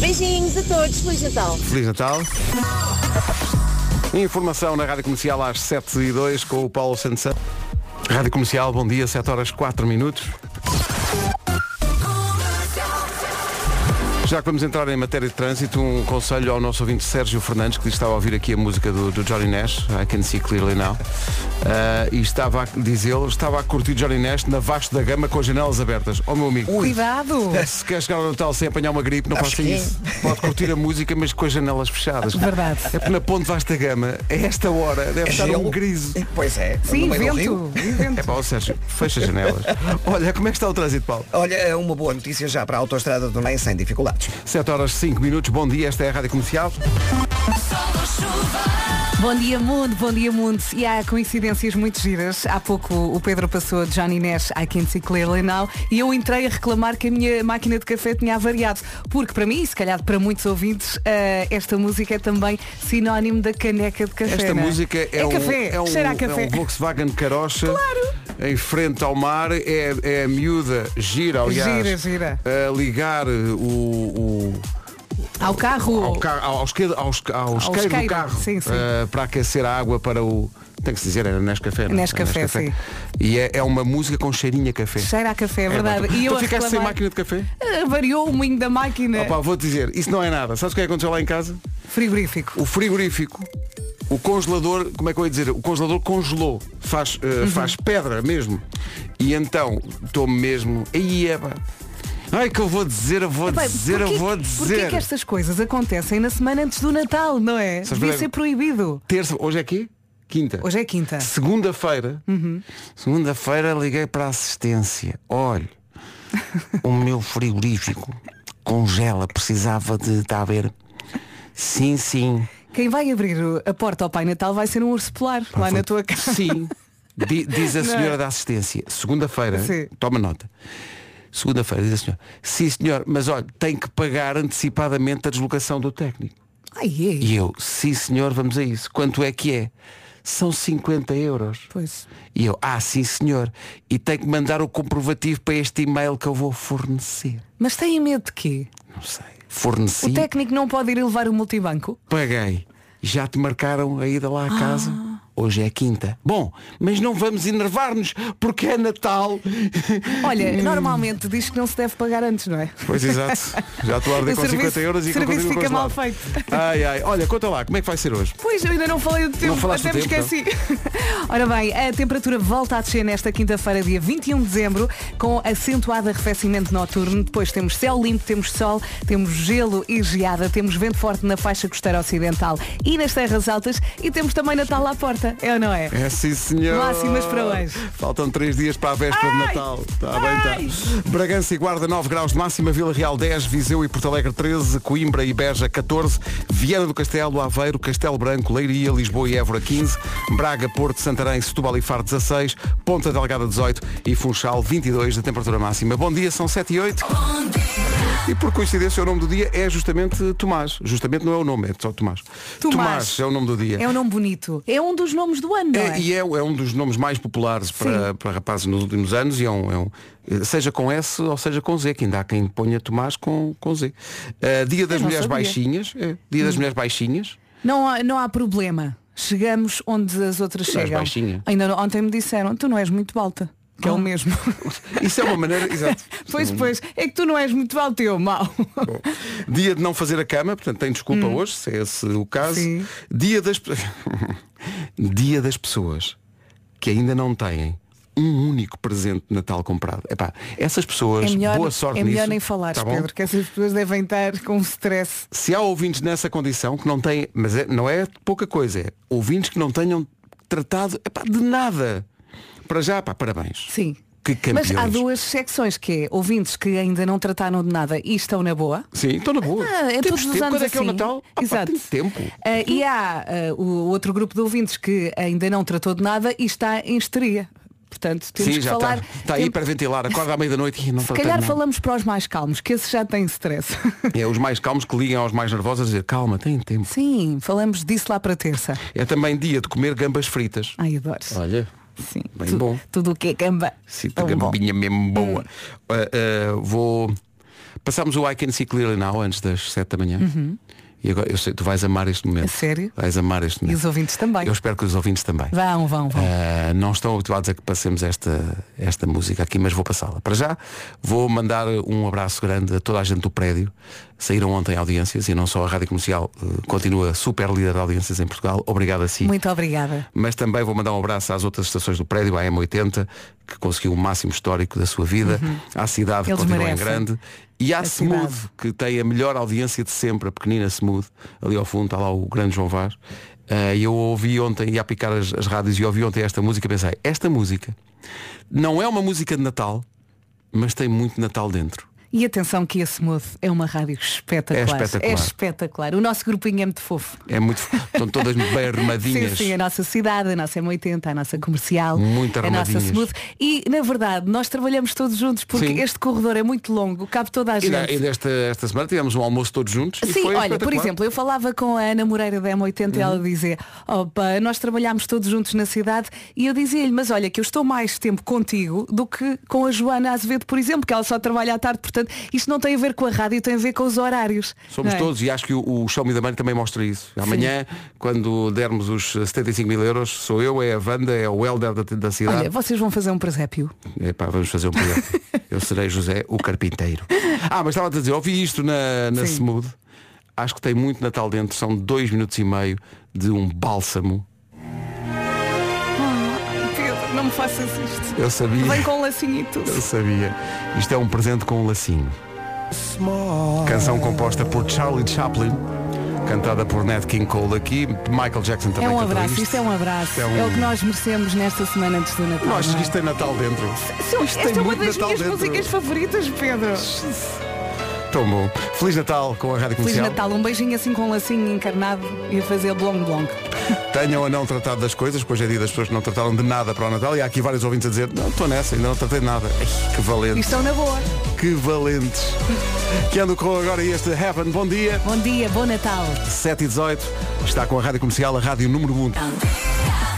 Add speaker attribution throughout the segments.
Speaker 1: Beijinhos a todos, Feliz Natal.
Speaker 2: Feliz Natal. Informação na Rádio Comercial às 7 e 2 com o Paulo Santos. Santos. Rádio Comercial, bom dia, 7 horas 4 minutos. Já que vamos entrar em matéria de trânsito, um conselho ao nosso ouvinte Sérgio Fernandes, que estava a ouvir aqui a música do, do Johnny Nash, I Can See Clearly Now, ah, e estava a, diz ele, estava a curtir Johnny Nash na Vasco da Gama com as janelas abertas. Oh meu amigo,
Speaker 3: Cuidado!
Speaker 2: É, se quer chegar ao Natal sem apanhar uma gripe, não faça
Speaker 3: é.
Speaker 2: isso. Pode curtir a música, mas com as janelas fechadas.
Speaker 3: Verdade.
Speaker 2: É porque na Ponte Vasta Gama, a esta hora, deve
Speaker 3: É
Speaker 2: estar um grise.
Speaker 4: Pois é,
Speaker 3: Sim,
Speaker 4: no meio do
Speaker 3: vento.
Speaker 4: rio.
Speaker 2: É pá, ó Sérgio, fecha as janelas. Olha, como é que está o trânsito, Paulo?
Speaker 4: Olha, é uma boa notícia já para a autoestrada do Nain sem dificuldades.
Speaker 2: 7 horas 5 minutos, bom dia, esta é a Rádio Comercial.
Speaker 3: Bom dia mundo, bom dia mundo. E há coincidências muito giras. Há pouco o Pedro passou Johnny Nash I Can't See Clearly Now e eu entrei a reclamar que a minha máquina de café tinha avariado. Porque para mim, e se calhar para muitos ouvintes, eh, esta música é também sinónimo da caneca de café.
Speaker 2: Esta
Speaker 3: não é?
Speaker 2: música é,
Speaker 3: é
Speaker 2: um,
Speaker 3: café,
Speaker 2: é, um,
Speaker 3: cheira a
Speaker 2: é
Speaker 3: café.
Speaker 2: um Volkswagen carocha
Speaker 3: Claro.
Speaker 2: em frente ao mar, é, é a miúda, gira, aliás,
Speaker 3: Gira, gira.
Speaker 2: a ligar o, o-
Speaker 3: Ao carro.
Speaker 2: ao carro, ao isqueiro, ao isque- ao isqueiro do
Speaker 3: isqueiro,
Speaker 2: carro
Speaker 3: sim, sim.
Speaker 2: eh, para aquecer a água para o. Tem que se dizer, era Nescafé. não é?
Speaker 3: Nescafé,
Speaker 2: Nescafé.
Speaker 3: sim.
Speaker 2: E é, é uma música com cheirinho a café.
Speaker 3: Cheira a café, é verdade.
Speaker 2: ótimo.
Speaker 3: e eu
Speaker 2: então
Speaker 3: a
Speaker 2: ficaste sem
Speaker 3: reclamar, É.
Speaker 2: máquina de café?
Speaker 3: eh, Variou o moinho da máquina.
Speaker 2: Opa, vou dizer, isso não é nada. Sabes o que é que aconteceu lá em casa?
Speaker 3: Frigorífico.
Speaker 2: o frigorífico, o congelador, como é que eu ia dizer? O congelador congelou, faz, eh,
Speaker 3: Uhum.
Speaker 2: faz pedra mesmo. E então estou mesmo. Aí é Ai que eu vou dizer, eu vou
Speaker 3: Bem,
Speaker 2: dizer,
Speaker 3: porquê,
Speaker 2: eu vou
Speaker 3: Porquê
Speaker 2: dizer.
Speaker 3: que estas coisas acontecem na semana antes do Natal, não é?
Speaker 2: Sabes
Speaker 3: Devia
Speaker 2: bem-
Speaker 3: ser proibido.
Speaker 2: Terça, hoje é quê? Quinta.
Speaker 3: Hoje é quinta.
Speaker 2: Segunda-feira.
Speaker 3: Uhum.
Speaker 2: Segunda-feira liguei para a assistência. Olhe, o meu frigorífico congela, precisava de estar a ver. Sim, sim.
Speaker 3: Quem vai abrir o- a porta ao Pai Natal vai ser um urso polar lá na tua casa.
Speaker 2: Sim. Di- Diz a
Speaker 3: Não é?
Speaker 2: senhora da assistência. Segunda-feira,
Speaker 3: Sim.
Speaker 2: toma nota. Segunda-feira, diz a senhora. Sim, senhor, mas olha, tem que pagar antecipadamente a deslocação do técnico.
Speaker 3: Ai, é.
Speaker 2: E eu, sim, senhor, vamos a isso. Quanto é que é? São 50 euros.
Speaker 3: Pois.
Speaker 2: E eu, ah, sim, senhor. E tem que mandar o comprovativo para este e-mail que eu vou fornecer.
Speaker 3: Mas têm medo de quê?
Speaker 2: Não sei.
Speaker 3: O
Speaker 2: Forneci,
Speaker 3: técnico não pode ir levar o multibanco?
Speaker 2: paguei. Já te marcaram a ida lá a casa?
Speaker 3: Ah.
Speaker 2: Hoje é quinta. Bom, mas não vamos enervar-nos porque é Natal.
Speaker 3: Olha,
Speaker 2: Hum.
Speaker 3: normalmente diz que não se deve pagar antes, não é?
Speaker 2: Pois exato. Já estou a arder
Speaker 3: O
Speaker 2: com
Speaker 3: serviço-
Speaker 2: 50 euros e
Speaker 3: o serviço
Speaker 2: contigo
Speaker 3: fica mal
Speaker 2: congelado.
Speaker 3: feito.
Speaker 2: Ai, ai. Olha, conta lá, como é que vai ser hoje?
Speaker 3: Pois, eu ainda não falei do tempo,
Speaker 2: falaste
Speaker 3: até me
Speaker 2: do tempo, então.
Speaker 3: esqueci. Ora bem, a temperatura volta a descer nesta quinta-feira, dia 21 de dezembro, com acentuado arrefecimento noturno. Depois temos céu limpo, temos sol, temos gelo e geada, temos vento forte na faixa costeira ocidental e nas terras altas e temos também Natal à porta, é ou não é?
Speaker 2: É sim, senhor.
Speaker 3: Máximas para hoje.
Speaker 2: Faltam três dias para a véspera de
Speaker 3: Ai!
Speaker 2: Natal. Está bem,
Speaker 3: Ai!
Speaker 2: está. Bragança e Guarda 9 graus de máxima, Vila Real 10, Viseu e Porto Alegre 13, Coimbra e Beja 14, Viana do Castelo, Aveiro, Castelo Branco, Leiria, Lisboa e Évora 15, Braga, Porto, Santarém, Setúbal e Faro 16, Ponta Delgada 18 e Funchal 22 da temperatura máxima. Bom dia, são 7 e 8. E por coincidência o nome do dia é justamente Tomás. Justamente não é o nome, é só Tomás.
Speaker 3: Tomás.
Speaker 2: é o nome do dia.
Speaker 3: É um nome bonito. É um dos nomes do ano, não
Speaker 2: É,
Speaker 3: é?
Speaker 2: e é, é um dos nomes mais populares para, para rapazes nos últimos anos e é um, é um- seja com S ou seja com Z, que ainda há quem ponha Tomás com, com Z. Ah, dia das
Speaker 3: não
Speaker 2: Mulheres
Speaker 3: sabia. Hum.
Speaker 2: Baixinhas. é, dia das Mulheres Baixinhas.
Speaker 3: Não, há, não há problema. Chegamos onde as outras
Speaker 2: não és
Speaker 3: chegam.
Speaker 2: baixinha.
Speaker 3: Ainda não- ontem me disseram, tu não és muito alta. Que é
Speaker 2: Ah.
Speaker 3: o mesmo.
Speaker 2: Isso é uma maneira. Exato.
Speaker 3: Pois, pois, é que tu não és muito alto, eu mal.
Speaker 2: Bom, dia de não fazer a cama, portanto tem desculpa hoje, se é esse o caso.
Speaker 3: Hum. Sim.
Speaker 2: Dia das pe- Dia das pessoas que ainda não têm um único presente de Natal comprado. Epá, essas pessoas,
Speaker 3: É melhor,
Speaker 2: boa sorte
Speaker 3: é melhor
Speaker 2: nisso,
Speaker 3: nem falar,
Speaker 2: tá bom?
Speaker 3: Pedro, que essas pessoas devem estar com stress.
Speaker 2: Se há ouvintes nessa condição que não têm, mas é- não é pouca coisa, é ouvintes que não tenham tratado epá, de nada. Para já, pá, parabéns.
Speaker 3: Sim.
Speaker 2: Que campeões.
Speaker 3: Mas há duas secções que é ouvintes que ainda não trataram de nada e estão na boa.
Speaker 2: Sim, estou na boa.
Speaker 3: Ah, é
Speaker 2: Temos
Speaker 3: todos os
Speaker 2: tempo.
Speaker 3: anos
Speaker 2: Quando é que é o
Speaker 3: assim.
Speaker 2: Natal? Ah, pá,
Speaker 3: Exato.
Speaker 2: tem tempo.
Speaker 3: Ah, e há ah, o outro grupo de ouvintes que ainda não tratou de nada e está em histeria. Portanto, temos
Speaker 2: Sim,
Speaker 3: que
Speaker 2: já
Speaker 3: falar.
Speaker 2: está. Está
Speaker 3: tem-
Speaker 2: aí para ventilar, acorda à meia da noite e não
Speaker 3: Se
Speaker 2: tratei
Speaker 3: calhar
Speaker 2: de nada.
Speaker 3: falamos para os mais calmos, que esses já têm stress.
Speaker 2: É os mais calmos que ligam aos mais nervosos a dizer calma, tem tempo.
Speaker 3: Sim, falamos disso lá para terça.
Speaker 2: É também dia de comer gambas fritas.
Speaker 3: Ai, adoro.
Speaker 2: Olha.
Speaker 3: Sim.
Speaker 2: bem
Speaker 3: Tu-
Speaker 2: bom.
Speaker 3: Tudo o que é gamba.
Speaker 2: Sim,
Speaker 3: tão bom.
Speaker 2: gambinha mesmo boa. Ah, ah, vou. Passámos o I Can See Clearly Now antes das 7 da manhã. E agora eu sei, tu vais amar este momento.
Speaker 3: Uhum. A sério?
Speaker 2: Vais amar este
Speaker 3: E
Speaker 2: momento.
Speaker 3: os ouvintes também.
Speaker 2: Eu espero que os ouvintes também.
Speaker 3: Vão, vão, vão.
Speaker 2: Ah, não estão habituados a que passemos esta, esta música aqui, mas vou passá-la. Para já, vou mandar um abraço grande a toda a gente do prédio. Saíram ontem audiências e não só a Rádio Comercial eh, continua super líder de audiências em Portugal. Obrigado a si.
Speaker 3: Muito obrigada.
Speaker 2: Mas também vou mandar um abraço às outras estações do prédio, à M80, que conseguiu o máximo histórico da sua vida, à cidade que
Speaker 3: Uhum. Eles
Speaker 2: continua em
Speaker 3: merecem.
Speaker 2: grande, e à
Speaker 3: A
Speaker 2: Smooth,
Speaker 3: cidade.
Speaker 2: que tem a melhor audiência de sempre, a pequenina Smooth, ali ao fundo está lá o grande João Vaz. Eh, eu ouvi ontem, ia picar as, as rádios e ouvi ontem esta música e pensei, esta música não é uma música de Natal, mas tem muito Natal dentro.
Speaker 3: E atenção que a Smooth é uma rádio espetacular.
Speaker 2: É espetacular.
Speaker 3: É espetacular. O nosso grupinho é muito fofo.
Speaker 2: É muito. Estão todas bem armadinhas.
Speaker 3: Sim, é sim, a nossa cidade, a nossa M80, a nossa comercial,
Speaker 2: Muito
Speaker 3: a nossa
Speaker 2: armadinhas.
Speaker 3: smooth. E, na verdade, nós trabalhamos todos juntos porque
Speaker 2: Sim.
Speaker 3: este corredor é muito longo, cabe toda a
Speaker 2: E,
Speaker 3: gente.
Speaker 2: da- e desta esta semana tivemos um almoço todos juntos. e
Speaker 3: Sim,
Speaker 2: foi
Speaker 3: olha, por
Speaker 2: espetacular. Uhum.
Speaker 3: exemplo, eu falava com a Ana Moreira da M80 e ela dizia, opa, nós trabalhámos todos juntos na cidade e eu dizia-lhe, mas olha que eu estou mais tempo contigo do que com a Joana Azevedo, por exemplo, que ela só trabalha à tarde, portanto, isto não tem a ver com a rádio, tem a ver com os horários.
Speaker 2: Somos
Speaker 3: não é?
Speaker 2: todos e acho que o, o Show Me the Money também mostra isso. Amanhã, quando dermos os 75 mil euros, sou eu, é a Wanda, é o Helder da, da
Speaker 3: Olha,
Speaker 2: cidade.
Speaker 3: vocês vão fazer um presépio.
Speaker 2: Epá, vamos fazer um programa. eu serei José, o carpinteiro. Ah, mas estava a dizer, ouvi isto na, na
Speaker 3: Sim.
Speaker 2: Smooth. Acho que tem muito Natal dentro. São dois minutos e meio de um bálsamo.
Speaker 3: Pedro, não me faças isto.
Speaker 2: Eu sabia.
Speaker 3: Vem com um lacinho e
Speaker 2: Eu
Speaker 3: tudo.
Speaker 2: sabia. Isto é um presente com um lacinho. Canção composta por Charlie Chaplin, cantada por Nat King Cole aqui. Michael Jackson também
Speaker 3: É um
Speaker 2: cantou
Speaker 3: abraço, isto é um abraço.
Speaker 2: Isto
Speaker 3: É,
Speaker 2: é um-
Speaker 3: o que nós merecemos nesta semana antes do Natal.
Speaker 2: Eu acho
Speaker 3: não
Speaker 2: que
Speaker 3: é?
Speaker 2: isto tem Natal dentro.
Speaker 3: Sim, Esta é
Speaker 2: tem
Speaker 3: uma
Speaker 2: muito
Speaker 3: das
Speaker 2: Natal
Speaker 3: minhas
Speaker 2: dentro.
Speaker 3: músicas favoritas, Pedro.
Speaker 2: Tão bom. Feliz Natal com a Rádio
Speaker 3: Feliz
Speaker 2: Comercial.
Speaker 3: Natal, um beijinho assim com um lacinho encarnado e a fazer blong blong.
Speaker 2: Tenham ou não tratado das coisas, pois é dia das pessoas que não trataram de nada para o Natal e há aqui vários ouvintes a dizer, não estou nessa, ainda não tratei de nada. Ai, que
Speaker 3: E
Speaker 2: valentes,
Speaker 3: estão na boa.
Speaker 2: que valentes. que ando com agora este Heaven. Bom dia,
Speaker 3: Bom dia, bom Natal.
Speaker 2: 7 e 18, está com a Rádio Comercial, a Rádio Número 1.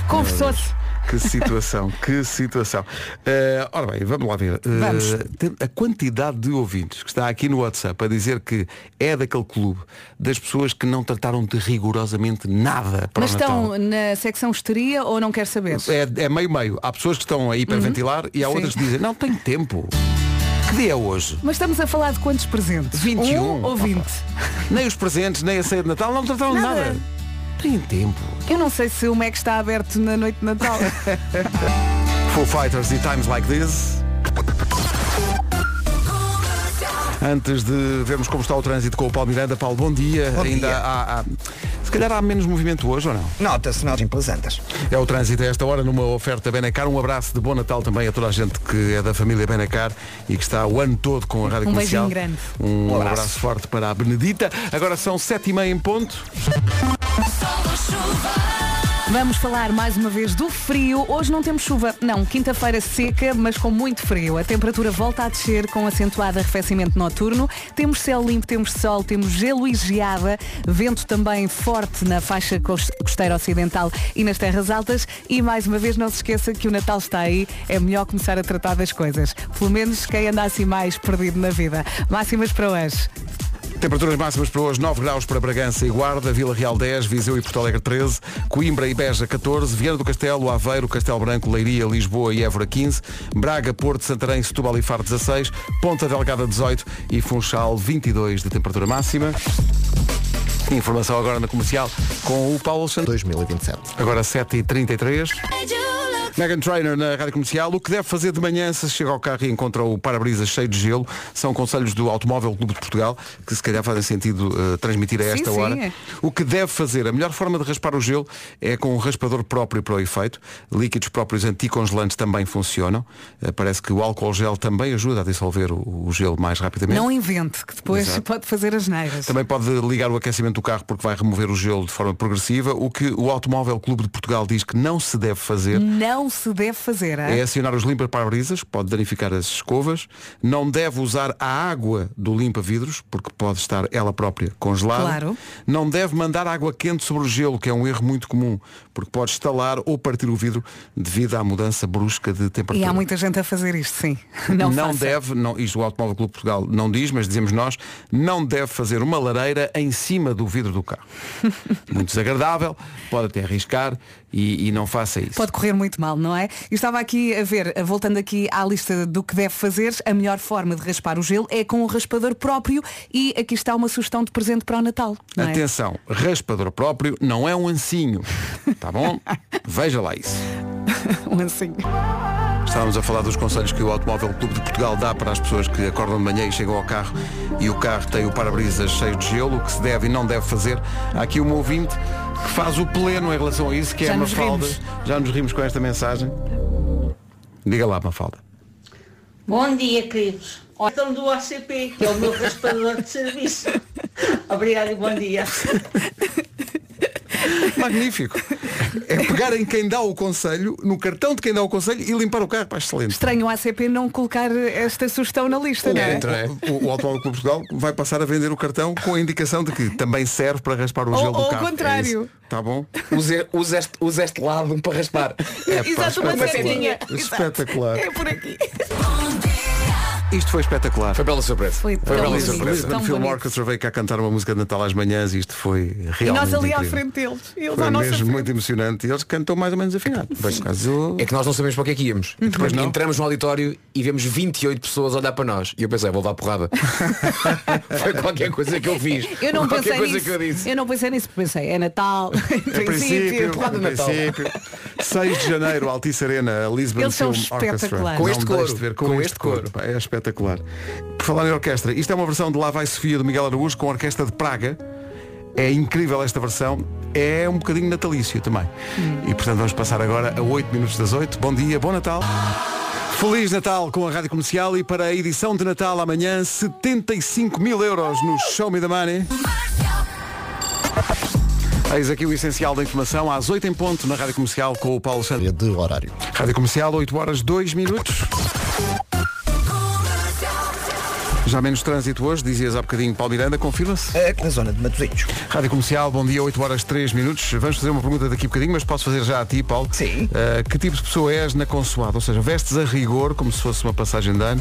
Speaker 3: Confessou-se.
Speaker 2: Que situação, que situação. Eh, ora bem, vamos lá ver. Eh,
Speaker 3: Vamos.
Speaker 2: tem- a quantidade de ouvintes que está aqui no WhatsApp a dizer que é daquele clube das pessoas que não trataram de rigorosamente nada para
Speaker 3: Mas
Speaker 2: o Natal.
Speaker 3: estão na secção histeria ou não quer saber?
Speaker 2: É, é meio meio. Há pessoas que estão a hiperventilar e há
Speaker 3: Uhum. Sim.
Speaker 2: outras que dizem, não tenho tempo. Que dia é hoje?
Speaker 3: Mas estamos a falar de quantos presentes?
Speaker 2: 21.
Speaker 3: Um ou 20?
Speaker 2: Nem os presentes, nem a ceia de Natal, não trataram de nada.
Speaker 3: Nada.
Speaker 2: Tem tempo.
Speaker 3: Eu não sei se o Mac está aberto na noite de Natal.
Speaker 2: Full Fighters e Times Like This. Antes de vermos como está o trânsito com o Paulo Miranda, Paulo, bom dia.
Speaker 4: Bom
Speaker 2: Ainda
Speaker 4: dia.
Speaker 2: Há, há- Se calhar há menos movimento hoje ou não?
Speaker 4: Nota-se, nós em Antas.
Speaker 2: É o trânsito a esta hora numa oferta Benacar. Um abraço de bom Natal também a toda a gente que é da família Benacar e que está o ano todo com a Rádio
Speaker 3: Um
Speaker 2: Comercial.
Speaker 3: beijinho grande.
Speaker 2: Um,
Speaker 4: Um
Speaker 2: abraço.
Speaker 4: abraço.
Speaker 2: forte para a Benedita. Agora são sete e meia em ponto.
Speaker 3: Vamos falar mais uma vez do frio. Hoje não temos chuva, não. Quinta-feira seca, mas com muito frio. A temperatura volta a descer com acentuado arrefecimento noturno. Temos céu limpo, temos sol, temos gelo e geada. Vento também forte na faixa cos- costeira ocidental e nas terras altas. E mais uma vez não se esqueça que o Natal está aí. É melhor começar a tratar das coisas. Pelo menos quem anda assim mais perdido na vida. Máximas para hoje.
Speaker 2: Temperaturas máximas para hoje, 9 graus para Bragança e Guarda, Vila Real 10, Viseu e Porto Alegre 13, Coimbra e Beja 14, Viana do Castelo, Aveiro, Castelo Branco, Leiria, Lisboa e Évora 15, Braga, Porto, Santarém, Setúbal e Faro 16, Ponta Delgada 18 e Funchal 22 de temperatura máxima. Informação agora na comercial com o Paulo Santos.
Speaker 4: 2027.
Speaker 2: Agora 7h33. Megan Trainer na Rádio Comercial. O que deve fazer de manhã se chega ao carro e encontra o para-brisa cheio de gelo? São conselhos do Automóvel Clube de Portugal, que se calhar fazem sentido eh, transmitir a
Speaker 3: Sim,
Speaker 2: esta
Speaker 3: sim,
Speaker 2: hora.
Speaker 3: é.
Speaker 2: O que deve fazer? A melhor forma de raspar o gelo é com um raspador próprio para o efeito. Líquidos próprios anticongelantes também funcionam. Eh, parece que o álcool gel também ajuda a dissolver o, o gelo mais rapidamente.
Speaker 3: Não é- invente, que depois
Speaker 2: Exato.
Speaker 3: pode fazer as neiras.
Speaker 2: Também pode ligar o aquecimento do carro porque vai remover o gelo de forma progressiva, o que o Automóvel Clube de Portugal diz que não se deve fazer.
Speaker 3: Não não se deve fazer, hã?
Speaker 2: É acionar os limpa-parabrisas, que pode danificar as escovas. Não deve usar a água do limpa-vidros, porque pode estar ela própria congelada.
Speaker 3: Claro.
Speaker 2: Não deve mandar água quente sobre o gelo, que é um erro muito comum, porque pode estalar ou partir o vidro devido à mudança brusca de
Speaker 3: E
Speaker 2: temperatura.
Speaker 3: há muita gente a fazer isto, sim. Não, faça.
Speaker 2: deve, não, isto o Automóvel Clube de Portugal não diz, mas dizemos nós, não deve fazer uma lareira em cima do vidro do carro. muito desagradável, pode até arriscar e, e não faça isso.
Speaker 3: Pode correr muito mal, não é? Eu estava aqui a ver, voltando aqui à lista do que deve fazer, a melhor forma de raspar o gelo é com o raspador próprio e aqui está uma sugestão de presente para o Natal. Não é?
Speaker 2: Atenção, raspador próprio não é um ancinho. Tá bom? Veja lá isso.
Speaker 3: Um assim.
Speaker 2: Estávamos a falar dos conselhos que o Automóvel Clube de Portugal dá para as pessoas que acordam de manhã e chegam ao carro e o carro tem o para-brisas cheio de gelo, o que se deve e não deve fazer. Há aqui um ouvinte que faz o pleno em relação a isso, que é
Speaker 3: Já
Speaker 2: a
Speaker 3: nos
Speaker 2: Mafalda.
Speaker 3: rimos.
Speaker 2: Já nos rimos com esta mensagem. Diga lá, Mafalda.
Speaker 5: Bom dia, queridos. Olha, Então do ACP, que é o meu raspador de serviço. Obrigado e bom dia.
Speaker 2: Magnífico. É pegar em quem dá o conselho, no cartão de quem dá o conselho e limpar o carro. Pá, excelente.
Speaker 3: Estranho o ACP não colocar esta sugestão na lista, não é?
Speaker 2: O, Né? o, o Automóvel Clube de Portugal vai passar a vender o cartão com a indicação de que também serve para raspar o
Speaker 3: Ou-
Speaker 2: gelo do
Speaker 3: ou ao
Speaker 2: carro.
Speaker 3: contrário.
Speaker 2: Está bom?
Speaker 6: Usa, usa, este, usa este lado para raspar.
Speaker 2: É,
Speaker 3: Exato, uma
Speaker 2: espetacular.
Speaker 3: setinha.
Speaker 2: Espetacular.
Speaker 3: É por aqui.
Speaker 2: Isto foi espetacular.
Speaker 6: Foi bela surpresa.
Speaker 3: Foi tão
Speaker 6: bela
Speaker 3: bonito.
Speaker 6: surpresa.
Speaker 2: O
Speaker 3: tão
Speaker 2: Phil
Speaker 3: bonito.
Speaker 2: Orchestra veio cá cantar uma música de Natal às manhãs e isto foi realmente
Speaker 3: E nós ali
Speaker 2: incrível.
Speaker 3: à frente deles. Eles
Speaker 2: Foi
Speaker 3: à nossa
Speaker 2: mesmo
Speaker 3: frente.
Speaker 2: muito emocionante e eles cantam mais ou menos afinado. Por acaso,
Speaker 6: É que nós não sabemos para o que é que íamos.
Speaker 3: Uhum.
Speaker 6: E depois
Speaker 2: não.
Speaker 6: entramos no auditório e vemos 28 pessoas a olhar para nós. E eu pensei, vou levar porrada. Foi qualquer coisa que eu fiz.
Speaker 3: Eu não
Speaker 6: qualquer
Speaker 3: pensei
Speaker 6: coisa
Speaker 3: nisso.
Speaker 6: que eu disse.
Speaker 3: não pensei nisso, porque pensei, é Natal, em
Speaker 2: a
Speaker 3: princípio.
Speaker 2: princípio,
Speaker 6: porrada
Speaker 2: em
Speaker 6: de Natal.
Speaker 2: princípio. 6 de janeiro, Altice Arena, Lisbon
Speaker 3: Eles são
Speaker 2: Film Orchestra.
Speaker 3: espetaculares.
Speaker 6: Com
Speaker 2: Não
Speaker 6: este
Speaker 2: me deixes
Speaker 6: coro,
Speaker 2: de ver, com,
Speaker 6: com
Speaker 2: este
Speaker 6: este coro.
Speaker 2: coro. Pá, É espetacular. Por falar em orquestra, isto é uma versão de Lá Vai Sofia, do Miguel Araújo, com a Orquestra de Praga. É incrível esta versão. É um bocadinho natalício também. E portanto vamos passar agora a 8 minutos das 8. Bom dia, bom Natal. Feliz Natal com a Rádio Comercial e para a edição de Natal amanhã 75 mil euros no Show Me the Money. Eis aqui o essencial da informação às 8 em ponto na Rádio Comercial com o Paulo Santos.
Speaker 7: de horário.
Speaker 2: Rádio Comercial, 8 horas 2 minutos. Já menos trânsito hoje, dizias há bocadinho, Paulo Miranda, confirma-se.
Speaker 4: Eh, na zona de Matosinhos.
Speaker 2: Rádio Comercial, bom dia, 8 horas 3 minutos. Vamos fazer uma pergunta daqui a bocadinho, mas posso fazer já a ti, Paulo.
Speaker 4: Sim.
Speaker 2: Eh, que tipo de pessoa és na consoada? Ou seja, vestes a rigor, como se fosse uma passagem de ano,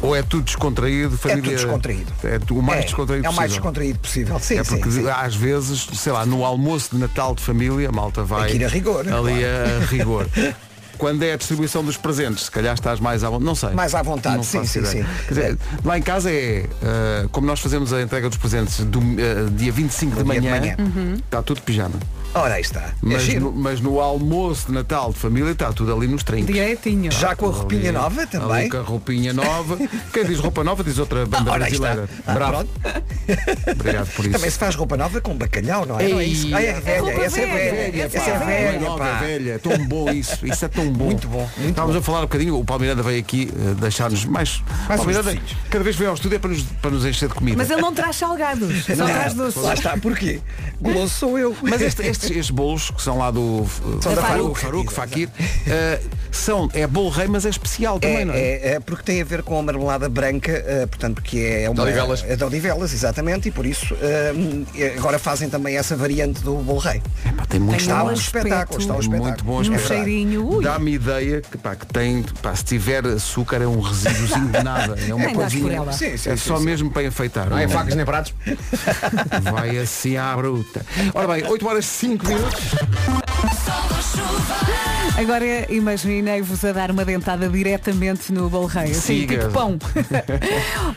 Speaker 2: ou é tudo descontraído? Família...
Speaker 4: tudo descontraído.
Speaker 2: É tu- o mais
Speaker 4: é,
Speaker 2: descontraído
Speaker 4: é o mais
Speaker 2: possível.
Speaker 4: descontraído possível. Sim,
Speaker 2: É porque
Speaker 4: sim, sim.
Speaker 2: às vezes, sei lá, no almoço de Natal de família, a malta vai
Speaker 4: Tem que ir a rigor,
Speaker 2: ali
Speaker 4: claro.
Speaker 2: a rigor. Quando é a distribuição dos presentes, se calhar estás mais à vontade, não sei.
Speaker 4: Mais à vontade,
Speaker 2: Não
Speaker 4: sim,
Speaker 2: faço
Speaker 4: sim,
Speaker 2: ideia.
Speaker 4: sim.
Speaker 2: Quer dizer, lá em casa é, ah, como nós fazemos a entrega dos presentes do ah, dia 25 de
Speaker 4: No dia
Speaker 2: manhã,
Speaker 4: de manhã.
Speaker 2: está tudo pijama.
Speaker 4: Ora, aí está. É
Speaker 2: Mas,
Speaker 4: giro.
Speaker 2: no, mas no almoço de Natal de família está tudo ali nos trinques.
Speaker 3: Direitinho.
Speaker 4: Já com a roupinha nova
Speaker 2: Ali
Speaker 4: também.
Speaker 2: com a roupinha nova. Quem diz roupa nova diz outra banda
Speaker 4: Ora, aí está.
Speaker 2: brasileira.
Speaker 4: Ah,
Speaker 2: Bravo.
Speaker 4: pronto.
Speaker 2: Obrigado por isso.
Speaker 4: Também se faz roupa nova com bacalhau, não é? Não é isso? Ah, é velha,
Speaker 3: roupa
Speaker 4: essa é
Speaker 3: velha,
Speaker 4: velha.
Speaker 3: essa
Speaker 4: Essa é
Speaker 3: é
Speaker 2: Bem
Speaker 4: velha,
Speaker 2: nova,
Speaker 4: pá.
Speaker 2: velha, tão bom isso, isso é tão bom.
Speaker 4: Muito bom, muito
Speaker 2: Estávamos a falar um bocadinho, o Palmeiranda veio aqui eh, deixar-nos mais.
Speaker 4: Mais uns
Speaker 2: Palmeiranda,
Speaker 4: docinhos.
Speaker 2: cada vez que vem ao estúdio é para nos, para nos encher de comida.
Speaker 3: Mas ele não traz salgados, só traz
Speaker 4: Não,
Speaker 3: doces.
Speaker 4: Lá está, porquê? Goloso sou eu.
Speaker 2: Mas este- estes, estes bolos que são lá do
Speaker 4: São da
Speaker 2: Faruco, Faruco,
Speaker 4: Faruco.
Speaker 2: Fakir, eh, são, é bolo rei, mas é especial também,
Speaker 4: É,
Speaker 2: não é?
Speaker 4: é, é, porque tem a ver com a marmelada branca, eh, portanto, porque é uma...
Speaker 6: Odivelas.
Speaker 4: É de Odivelas, exatamente, e por isso eh, agora fazem também essa variante do bolo rei.
Speaker 2: Pá, tem muito
Speaker 3: um
Speaker 4: Está um
Speaker 2: bom.
Speaker 3: aspecto
Speaker 4: espetáculo, está um espetáculo.
Speaker 2: Muito bom
Speaker 3: Um
Speaker 2: aspecto.
Speaker 3: cheirinho, ui.
Speaker 2: Dá-me ideia que, pá, que tem, pá, se tiver açúcar é um resíduozinho de nada. É uma
Speaker 3: Nem dás por
Speaker 2: coisinha.
Speaker 3: ela.
Speaker 4: Sim, sim,
Speaker 2: é
Speaker 4: sim,
Speaker 2: só
Speaker 4: sim.
Speaker 2: mesmo para enfeitar.
Speaker 6: Não é
Speaker 2: Não é?
Speaker 6: facas nem pratos.
Speaker 2: Vai assim à bruta. Ora bem, 8 horas 5 minutos.
Speaker 3: Agora imaginei-vos a dar uma dentada diretamente no bolo rei, assim,
Speaker 2: Siga.
Speaker 3: tipo pão.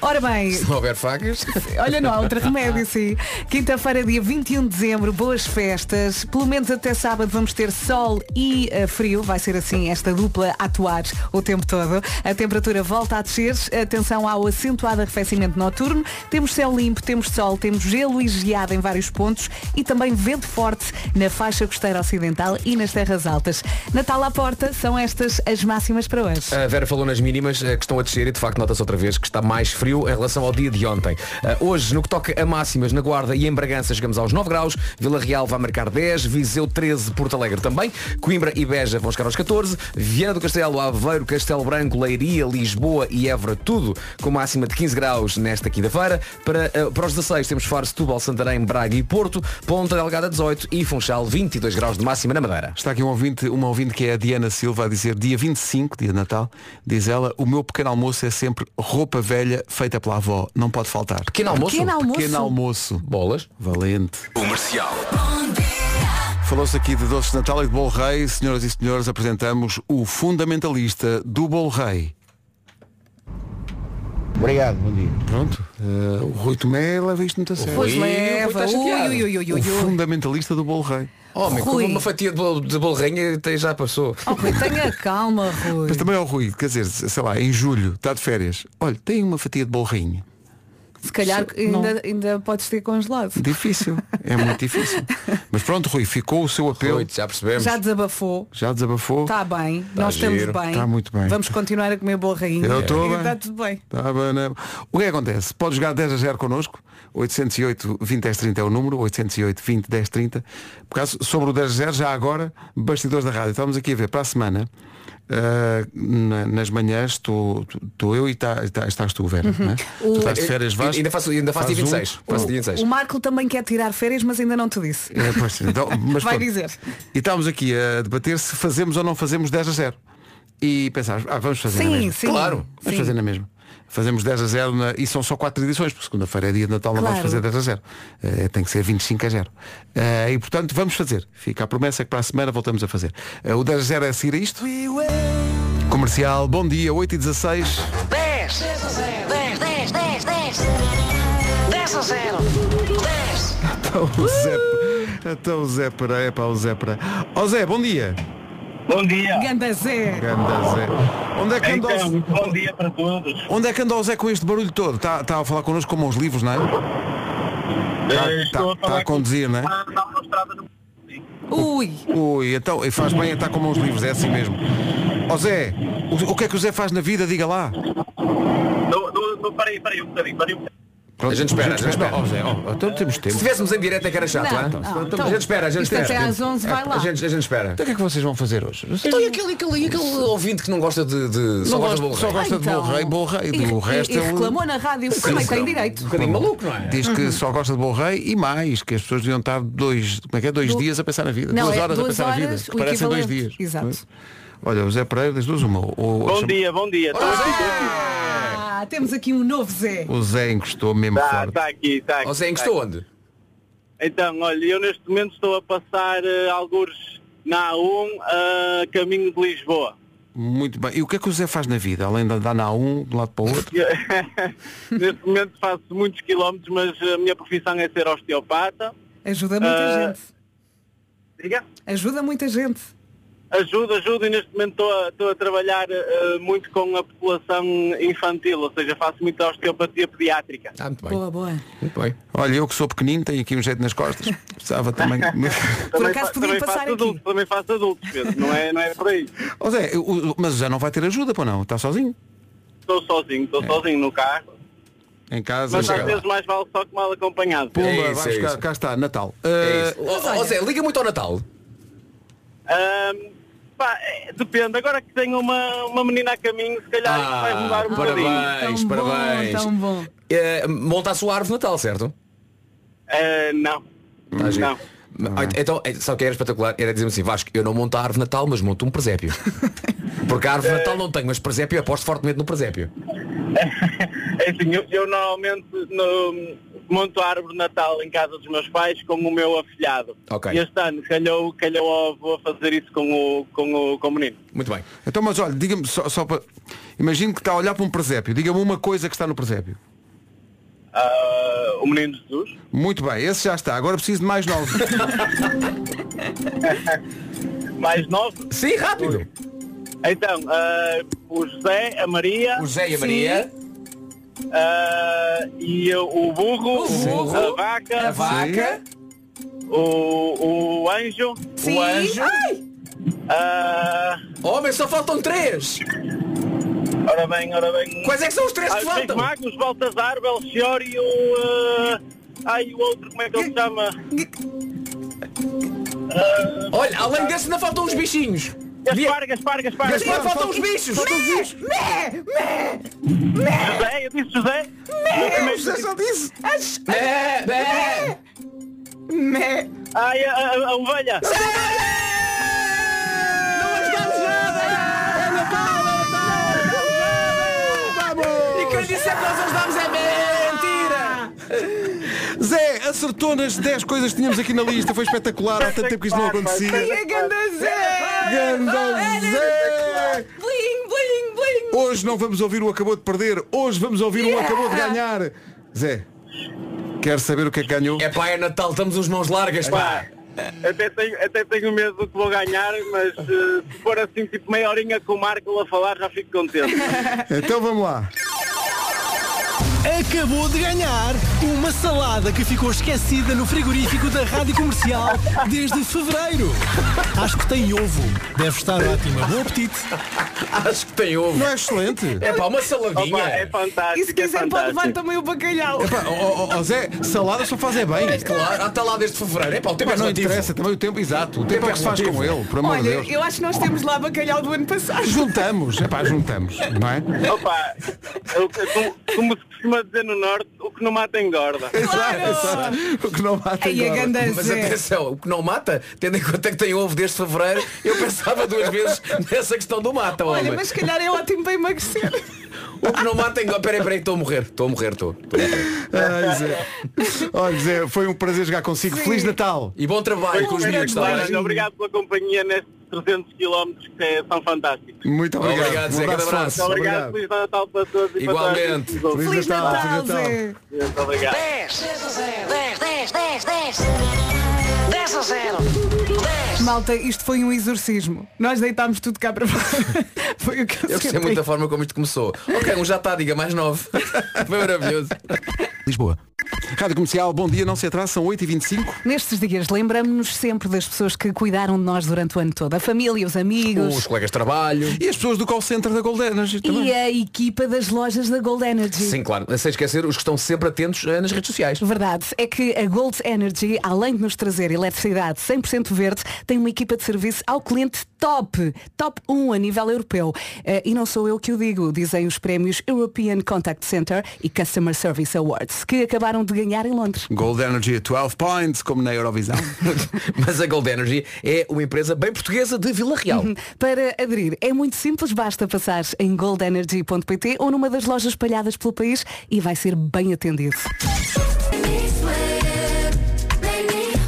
Speaker 3: Ora bem,
Speaker 6: Se não houver facas.
Speaker 3: olha, não há outro remédio, sim. Quinta-feira, dia 21 de dezembro, boas festas. Pelo menos até sábado vamos ter sol e eh, frio. Vai ser assim esta dupla a atuar o tempo todo. A temperatura volta a descer. Atenção ao acentuado arrefecimento noturno. Temos céu limpo, temos sol, temos gelo e geada em vários pontos e também vento forte na faixa costeira ocidental e nas terras Terras Altas. Natal à porta, são estas as máximas para hoje.
Speaker 6: A Vera falou nas mínimas eh, que estão a descer e de facto nota-se outra vez que está mais frio em relação ao dia de ontem. Eh, Hoje, no que toca a máximas na Guarda e em Bragança, chegamos aos 9 graus, Vila Real vai marcar 10, Viseu 13, Porto Alegre também, Coimbra e Beja vão chegar aos 14, Viana do Castelo, Aveiro, Castelo Branco, Leiria, Lisboa e Évora, tudo com máxima de 15 graus nesta quinta-feira. Para, eh, para os 16 temos Faro, Setúbal, Santarém, Braga e Porto, Ponta Delgada 18 e Funchal 22 graus de máxima na Madeira.
Speaker 2: Está aqui um ouvinte, uma ouvinte que é a Diana Silva a dizer dia 25, dia de Natal, diz ela, o meu pequeno almoço é sempre roupa velha feita pela avó, não pode faltar.
Speaker 6: Pequeno almoço?
Speaker 3: Pequeno almoço.
Speaker 2: Pequeno almoço.
Speaker 6: Bolas.
Speaker 2: Valente.
Speaker 7: Comercial.
Speaker 2: Falou-se aqui de doces de Natal e de bolo rei. Senhoras e senhores, apresentamos o fundamentalista do bolo rei.
Speaker 8: Obrigado, bom dia.
Speaker 2: Pronto. eh, o Rui Tomé leva isto muito a sério.
Speaker 3: Pois
Speaker 6: Ui,
Speaker 3: leva.
Speaker 6: Rui, estás chateado.
Speaker 3: Ui, ui, ui, ui,
Speaker 2: O
Speaker 3: ui.
Speaker 2: fundamentalista do bolo rei.
Speaker 6: Homem, como
Speaker 3: Rui.
Speaker 6: uma fatia de bolo, de bolo rainha até já passou.
Speaker 3: Oh, Rui, tenha calma, Rui.
Speaker 2: Mas também é o Rui, quer dizer, sei lá, em julho, está de férias. Olha, tem uma fatia de bolo rainha.
Speaker 3: Se calhar ainda, ainda podes ter congelado.
Speaker 2: Difícil. É muito difícil. Mas pronto, Rui, ficou o seu apelo.
Speaker 6: Rui, já percebemos.
Speaker 3: Já desabafou.
Speaker 2: Já desabafou.
Speaker 3: Está bem, nós estamos
Speaker 6: giro.
Speaker 3: bem.
Speaker 2: Tá muito bem.
Speaker 3: Vamos continuar a comer boa rainha.
Speaker 2: Eu tô
Speaker 3: E
Speaker 2: bem.
Speaker 3: Está tudo bem.
Speaker 2: É Tá bem, né? O que é que acontece? Pode jogar 10 a 0 connosco. 808 20 10 30 é o número. 808 20 10 30. Por acaso, sobre o 10 a 0, já agora, bastidores da rádio. Estávamos aqui a ver para a semana. ah, na- nas manhãs estou estou eu e tá- tá- estás tu, Vera. não é? Tu estás de férias, vais.
Speaker 6: Ainda faço, ainda faço
Speaker 2: faz
Speaker 6: dia
Speaker 2: um.
Speaker 6: 26. faço dia 26.
Speaker 3: O Marco também quer tirar férias, mas ainda não te disse.
Speaker 2: É, pois, então, mas
Speaker 3: Vai
Speaker 2: pronto.
Speaker 3: dizer.
Speaker 2: E estávamos aqui a debater se fazemos ou não fazemos 10 a 0. E pensámos, ah, vamos fazer na
Speaker 3: Sim,
Speaker 2: mesma.
Speaker 3: sim.
Speaker 2: Claro, vamos
Speaker 3: Sim.
Speaker 2: fazer é na mesma. Fazemos 10 a 0 na- e são só 4 edições, porque segunda-feira é dia de Natal, não
Speaker 3: Claro.
Speaker 2: vamos fazer 10 a 0. Eh, tem que ser 25 a 0. Eh, e portanto vamos fazer. Fica a promessa que para a semana voltamos a fazer. Eh, o 10 a 0 é a seguir a isto. Comercial, bom dia, 8 e 16.
Speaker 9: 10 10 10 10 10 10 a 0 10
Speaker 2: Então o Zé, então, o Zé para, é para o Zé para. Ó Zé, bom dia.
Speaker 8: Bom dia.
Speaker 3: Ganda Zé.
Speaker 2: Ganda Zé. Onde é que anda o-
Speaker 8: Então, bom dia para todos.
Speaker 2: Onde é que anda o Zé com este barulho todo? Está está a falar connosco como aos livros, não é? Está
Speaker 8: Eh,
Speaker 2: está-
Speaker 8: estou
Speaker 2: está
Speaker 8: falar
Speaker 2: a conduzir, não é?
Speaker 8: com- na autostrada do-
Speaker 3: Ui,
Speaker 2: Ui, então, e faz bem a estar como aos livros, é assim mesmo. Ó Zé, o, o que é que o Zé faz na vida? Diga lá.
Speaker 8: do- do- do- Peraí, peraí, um bocadinho, peraí um bocadinho.
Speaker 2: Pronto,
Speaker 6: A gente espera, a gente espera.
Speaker 2: Ó Zé, ó, então temos
Speaker 6: Se
Speaker 2: tempo.
Speaker 6: estivéssemos em direto é que era chato,
Speaker 3: Não,
Speaker 6: hã?
Speaker 3: não,
Speaker 6: Então,
Speaker 3: então,
Speaker 6: a gente espera, a gente
Speaker 3: isto
Speaker 6: espera.
Speaker 3: até às 11 vai lá.
Speaker 6: A gente, a gente espera.
Speaker 2: Então o que é que vocês vão fazer hoje?
Speaker 6: Então e aquele, aquele, aquele ouvinte que não gosta de. de só
Speaker 2: Não
Speaker 6: gosta
Speaker 2: gosto,
Speaker 6: de bolo
Speaker 2: só
Speaker 6: rei?
Speaker 2: gosto. Gosta de bolo rei, bolo rei, do
Speaker 3: Então. E-
Speaker 2: resto
Speaker 3: e, e
Speaker 2: é um-
Speaker 3: reclamou na rádio, também tem direito.
Speaker 6: Um bocadinho maluco, não é?
Speaker 2: Diz que só gosta de bom rei e mais, que as pessoas deviam estar dois, como é que é? Dois
Speaker 3: Du-
Speaker 2: dias a pensar na vida.
Speaker 3: Não,
Speaker 2: duas
Speaker 3: é
Speaker 2: horas
Speaker 3: duas
Speaker 2: a pensar na
Speaker 3: horas,
Speaker 2: vida.
Speaker 3: o
Speaker 2: Que parecem dois dias.
Speaker 3: equivalente. Exato.
Speaker 2: Olha, o Zé Pereira das duas uma. Ou, ou
Speaker 8: Bom
Speaker 2: chama-
Speaker 8: dia, bom dia.
Speaker 2: é
Speaker 3: Ah, temos aqui um novo Zé.
Speaker 2: O Zé encostou mesmo
Speaker 8: Está
Speaker 2: forte.
Speaker 8: aqui, está aqui.
Speaker 6: Ou Zé,
Speaker 8: tá
Speaker 6: encostou onde?
Speaker 8: Então, olha, eu neste momento estou a passar eh, algures na A1 a caminho de Lisboa.
Speaker 2: Muito bem. E o que é que o Zé faz na vida? Além de andar na A1 de um lado para o outro?
Speaker 8: neste momento faço muitos quilómetros, mas a minha profissão é ser osteopata.
Speaker 3: Ajuda muita
Speaker 8: Ah.
Speaker 3: gente.
Speaker 8: Diga?
Speaker 3: Ajuda muita gente.
Speaker 8: Ajuda, ajuda e neste momento estou a, estou a trabalhar eh, muito com a população infantil, ou seja, faço muita osteopatia pediátrica.
Speaker 6: Ah, muito bem.
Speaker 3: Boa, boa.
Speaker 6: Muito bem.
Speaker 2: Olha, eu que sou pequenino, tenho aqui um jeito nas costas. Precisava também.
Speaker 3: Por acaso podia
Speaker 8: também
Speaker 3: passar
Speaker 8: faço
Speaker 3: aqui.
Speaker 8: adultos, também faço adultos, Pedro, não é, não é por aí.
Speaker 2: Ó Zé, o- o- mas o Zé não vai ter ajuda, pô não? Está sozinho?
Speaker 8: Estou sozinho,
Speaker 6: É.
Speaker 8: estou sozinho no carro,
Speaker 2: Em casa.
Speaker 8: mas
Speaker 2: chega
Speaker 8: às
Speaker 2: lá.
Speaker 8: vezes mais vale só que mal acompanhado.
Speaker 2: Pumba,
Speaker 6: É isso,
Speaker 2: vai
Speaker 6: é
Speaker 2: buscar.
Speaker 6: isso.
Speaker 2: Cá está, Natal.
Speaker 6: É
Speaker 2: Eh,
Speaker 6: isso. Ó ó, Zé, liga muito ao Natal.
Speaker 8: Ahm, pá, é, depende, agora que tenho uma, uma menina a caminho, se calhar isto
Speaker 6: Ah,
Speaker 8: vai mudar um bocadinho.
Speaker 6: parabéns,
Speaker 3: Tão bom,
Speaker 6: parabéns.
Speaker 3: tão bom.
Speaker 6: Eh, monta a sua árvore de Natal, certo?
Speaker 8: Ah, não.
Speaker 6: Tá giro.
Speaker 8: não.
Speaker 6: Ah, Então, eh, sabe o que era espetacular? Era dizer-me assim, Vasco, eu não monto a árvore de Natal, mas monto um presépio. Porque a árvore de Natal não tenho, mas presépio eu aposto fortemente no presépio.
Speaker 8: É assim, eu, eu normalmente no- monto a árvore de Natal em casa dos meus pais com o meu afilhado.
Speaker 6: Ok.
Speaker 8: E este ano calhou, calhou ao avô a fazer isso com o, com o, com o menino.
Speaker 6: Muito bem.
Speaker 2: Então, mas olha, diga-me só, só para. Imagino que está a olhar para um presépio. Diga-me uma coisa que está no presépio.
Speaker 8: Ah, o menino Jesus.
Speaker 2: Muito bem, esse já está. Agora preciso de mais nove.
Speaker 8: Mais novo.
Speaker 6: Sim, rápido.
Speaker 8: Então, ah, o José, a Maria
Speaker 6: O Zé e a Maria,
Speaker 8: ah, e o burro,
Speaker 6: O burro,
Speaker 8: a vaca,
Speaker 6: a vaca,
Speaker 8: o, o anjo.
Speaker 3: Sim.
Speaker 6: anjo.
Speaker 3: Ai,
Speaker 8: Ah,
Speaker 6: Homem, só faltam três!
Speaker 8: ora bem, ora bem.
Speaker 6: Quais é que são os três
Speaker 8: Ah,
Speaker 6: que
Speaker 8: os Reis
Speaker 6: faltam?
Speaker 8: Magos, Baltazar, Belchior e o... ah, ai, o outro, como é que ele se chama? Ah,
Speaker 6: Olha, além desse ainda faltam uns bichinhos.
Speaker 8: Gaspar, Gaspar, Gaspar.
Speaker 6: Mas
Speaker 2: Ah,
Speaker 6: ainda faltam uns bichos!
Speaker 8: José, eu disse José. No primeiro-
Speaker 6: Bé, bé.
Speaker 8: Ai, a, a- a ovelha.
Speaker 6: Ah, E quem disser que nós ajudamos é mentira!
Speaker 2: Zé, acertou nas 10 coisas que tínhamos aqui na lista. Foi espetacular. Há tanto tempo que isto não acontecia. Ganda Zé!
Speaker 3: Bling, bling, bling!
Speaker 2: Hoje não vamos ouvir o acabou de perder. Hoje vamos ouvir o acabou de ganhar. Zé, quer saber o que é que ganhou?
Speaker 6: É pá, é Natal, estamos uns mãos largas, pá!
Speaker 8: Até tenho, até tenho medo do que vou ganhar, mas eh, se for assim tipo meia horinha com o Marco a falar já fico contente.
Speaker 2: Então vamos lá.
Speaker 7: Acabou de ganhar uma salada que ficou esquecida no frigorífico da Rádio Comercial desde fevereiro. Acho que tem ovo. Deve estar ótima. Bom apetite.
Speaker 6: Acho que tem ovo.
Speaker 2: Não é excelente?
Speaker 6: É pá, uma
Speaker 8: É Opa, é
Speaker 6: saladinha.
Speaker 3: E se
Speaker 8: fantástico, é
Speaker 3: quiser pode levar
Speaker 8: fantástico.
Speaker 3: também o bacalhau.
Speaker 2: Epá, ó, ó, ó, Zé, saladas só fazem bem.
Speaker 6: É, Claro, está lá desde fevereiro. É pá, o tempo é
Speaker 2: Mas não
Speaker 6: relativo.
Speaker 2: interessa, também o tempo, exato. O tempo é que se faz
Speaker 6: relativo.
Speaker 2: com ele, por amor de
Speaker 3: Olha,
Speaker 2: Deus.
Speaker 3: eu acho que nós temos lá bacalhau do ano passado.
Speaker 2: Juntamos, é pá, juntamos, não é?
Speaker 8: Opa, o que- como, como se costuma dizer no Norte, o que não mata engorda.
Speaker 2: Exato, exato. O que não mata
Speaker 3: Aí a
Speaker 2: engorda.
Speaker 3: ganda
Speaker 6: Mas
Speaker 3: Zé.
Speaker 6: atenção, o que não mata, tendo em conta que tem ovo desde fevereiro, eu pensava duas vezes nessa questão do mata, homem.
Speaker 3: Olha, mas se calhar é ótimo para emagrecer.
Speaker 6: O que não mata engorda. Peraí, peraí, estou a morrer. Estou a morrer, estou.
Speaker 2: Ai, Zé. Olha, Zé, foi um prazer jogar consigo. Feliz Natal.
Speaker 6: E bom trabalho com os miúdos, está
Speaker 8: Olha,
Speaker 6: bem?
Speaker 8: Obrigado pela companhia nestes 300 km que é- são fantásticos.
Speaker 2: Muito obrigado.
Speaker 6: Obrigado, Zé,
Speaker 2: Um abraço
Speaker 6: grande abraço.
Speaker 2: forte.
Speaker 8: Obrigado, feliz Natal para todos e
Speaker 6: Igualmente.
Speaker 8: para todos.
Speaker 2: Feliz
Speaker 3: Feliz
Speaker 2: Natal,
Speaker 3: Natal,
Speaker 2: Feliz Natal.
Speaker 3: Zé.
Speaker 8: Muito obrigado.
Speaker 9: 10 10 10 10 10 10 a 0 10
Speaker 3: Malta, isto foi um exorcismo. Nós deitámos tudo cá para fora. Foi o que eu,
Speaker 6: Eu gostei
Speaker 3: senti.
Speaker 6: muito da forma como isto começou. Ok, um já está, diga mais nove. Foi maravilhoso.
Speaker 2: Lisboa. Rádio Comercial, bom dia, não se atrasa, são 8h25.
Speaker 3: Nestes dias, lembramos-nos sempre das pessoas que cuidaram de nós durante o ano todo. A família, os amigos.
Speaker 6: Os colegas de trabalho.
Speaker 2: E as pessoas do call center da Golden Energy também.
Speaker 3: E a equipa das lojas da Gold Energy.
Speaker 6: Sim, claro. Sem esquecer os que estão sempre atentos eh, nas redes sociais.
Speaker 3: Verdade, é que a Gold Energy, além de nos trazer eletricidade 100% verde, tem uma equipa de serviço ao cliente top, top 1 a nível europeu. Eh, E não sou eu que o digo, dizem os prémios European Contact Center e Customer Service Awards, que acabaram de ganhar em Londres.
Speaker 2: Gold Energy 12 points, como na Eurovisão.
Speaker 6: Mas a Gold Energy é uma empresa bem portuguesa de Vila Real.
Speaker 3: Uhum. Para aderir é muito simples, basta passar em goldenergy.pt ou numa das lojas espalhadas pelo país e vai ser bem atendido.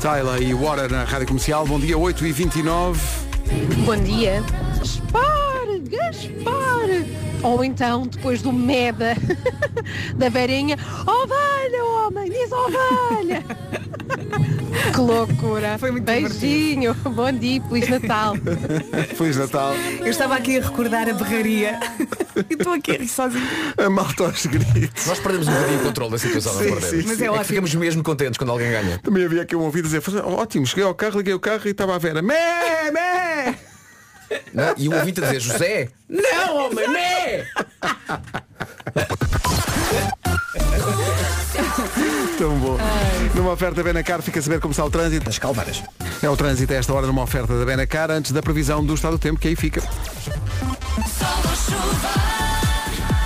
Speaker 2: Tyler e Water na Rádio Comercial, bom dia, 8h29.
Speaker 10: Bom dia. Gaspar, Gaspar. Ou então, depois do meda da verinha, ovelha, homem, diz ovelha. que loucura.
Speaker 3: Foi muito
Speaker 10: Beijinho, bom dia, Feliz Natal.
Speaker 2: Feliz Natal.
Speaker 3: Eu estava aqui a recordar a berraria e estou aqui a rir sozinho.
Speaker 2: A malta aos gritos.
Speaker 6: Nós perdemos um bocadinho o controle da situação, não
Speaker 2: Sim,
Speaker 6: perdemos.
Speaker 2: sim,
Speaker 3: Mas é
Speaker 6: É que
Speaker 3: ótimo.
Speaker 6: ficamos mesmo contentes quando alguém ganha.
Speaker 2: Também havia aqui um ouvido dizer, ótimo, cheguei ao carro, liguei o carro e estava a Vera. Mé, mé!
Speaker 6: não é? E o ouvinte a dizer, José, não, homem, não é!
Speaker 2: Tão bom. Numa oferta Benacar, fica a saber como está o trânsito.
Speaker 4: Nas calvaras.
Speaker 2: É o trânsito a esta hora numa oferta da Benacar, antes da previsão do estado do tempo, que aí fica.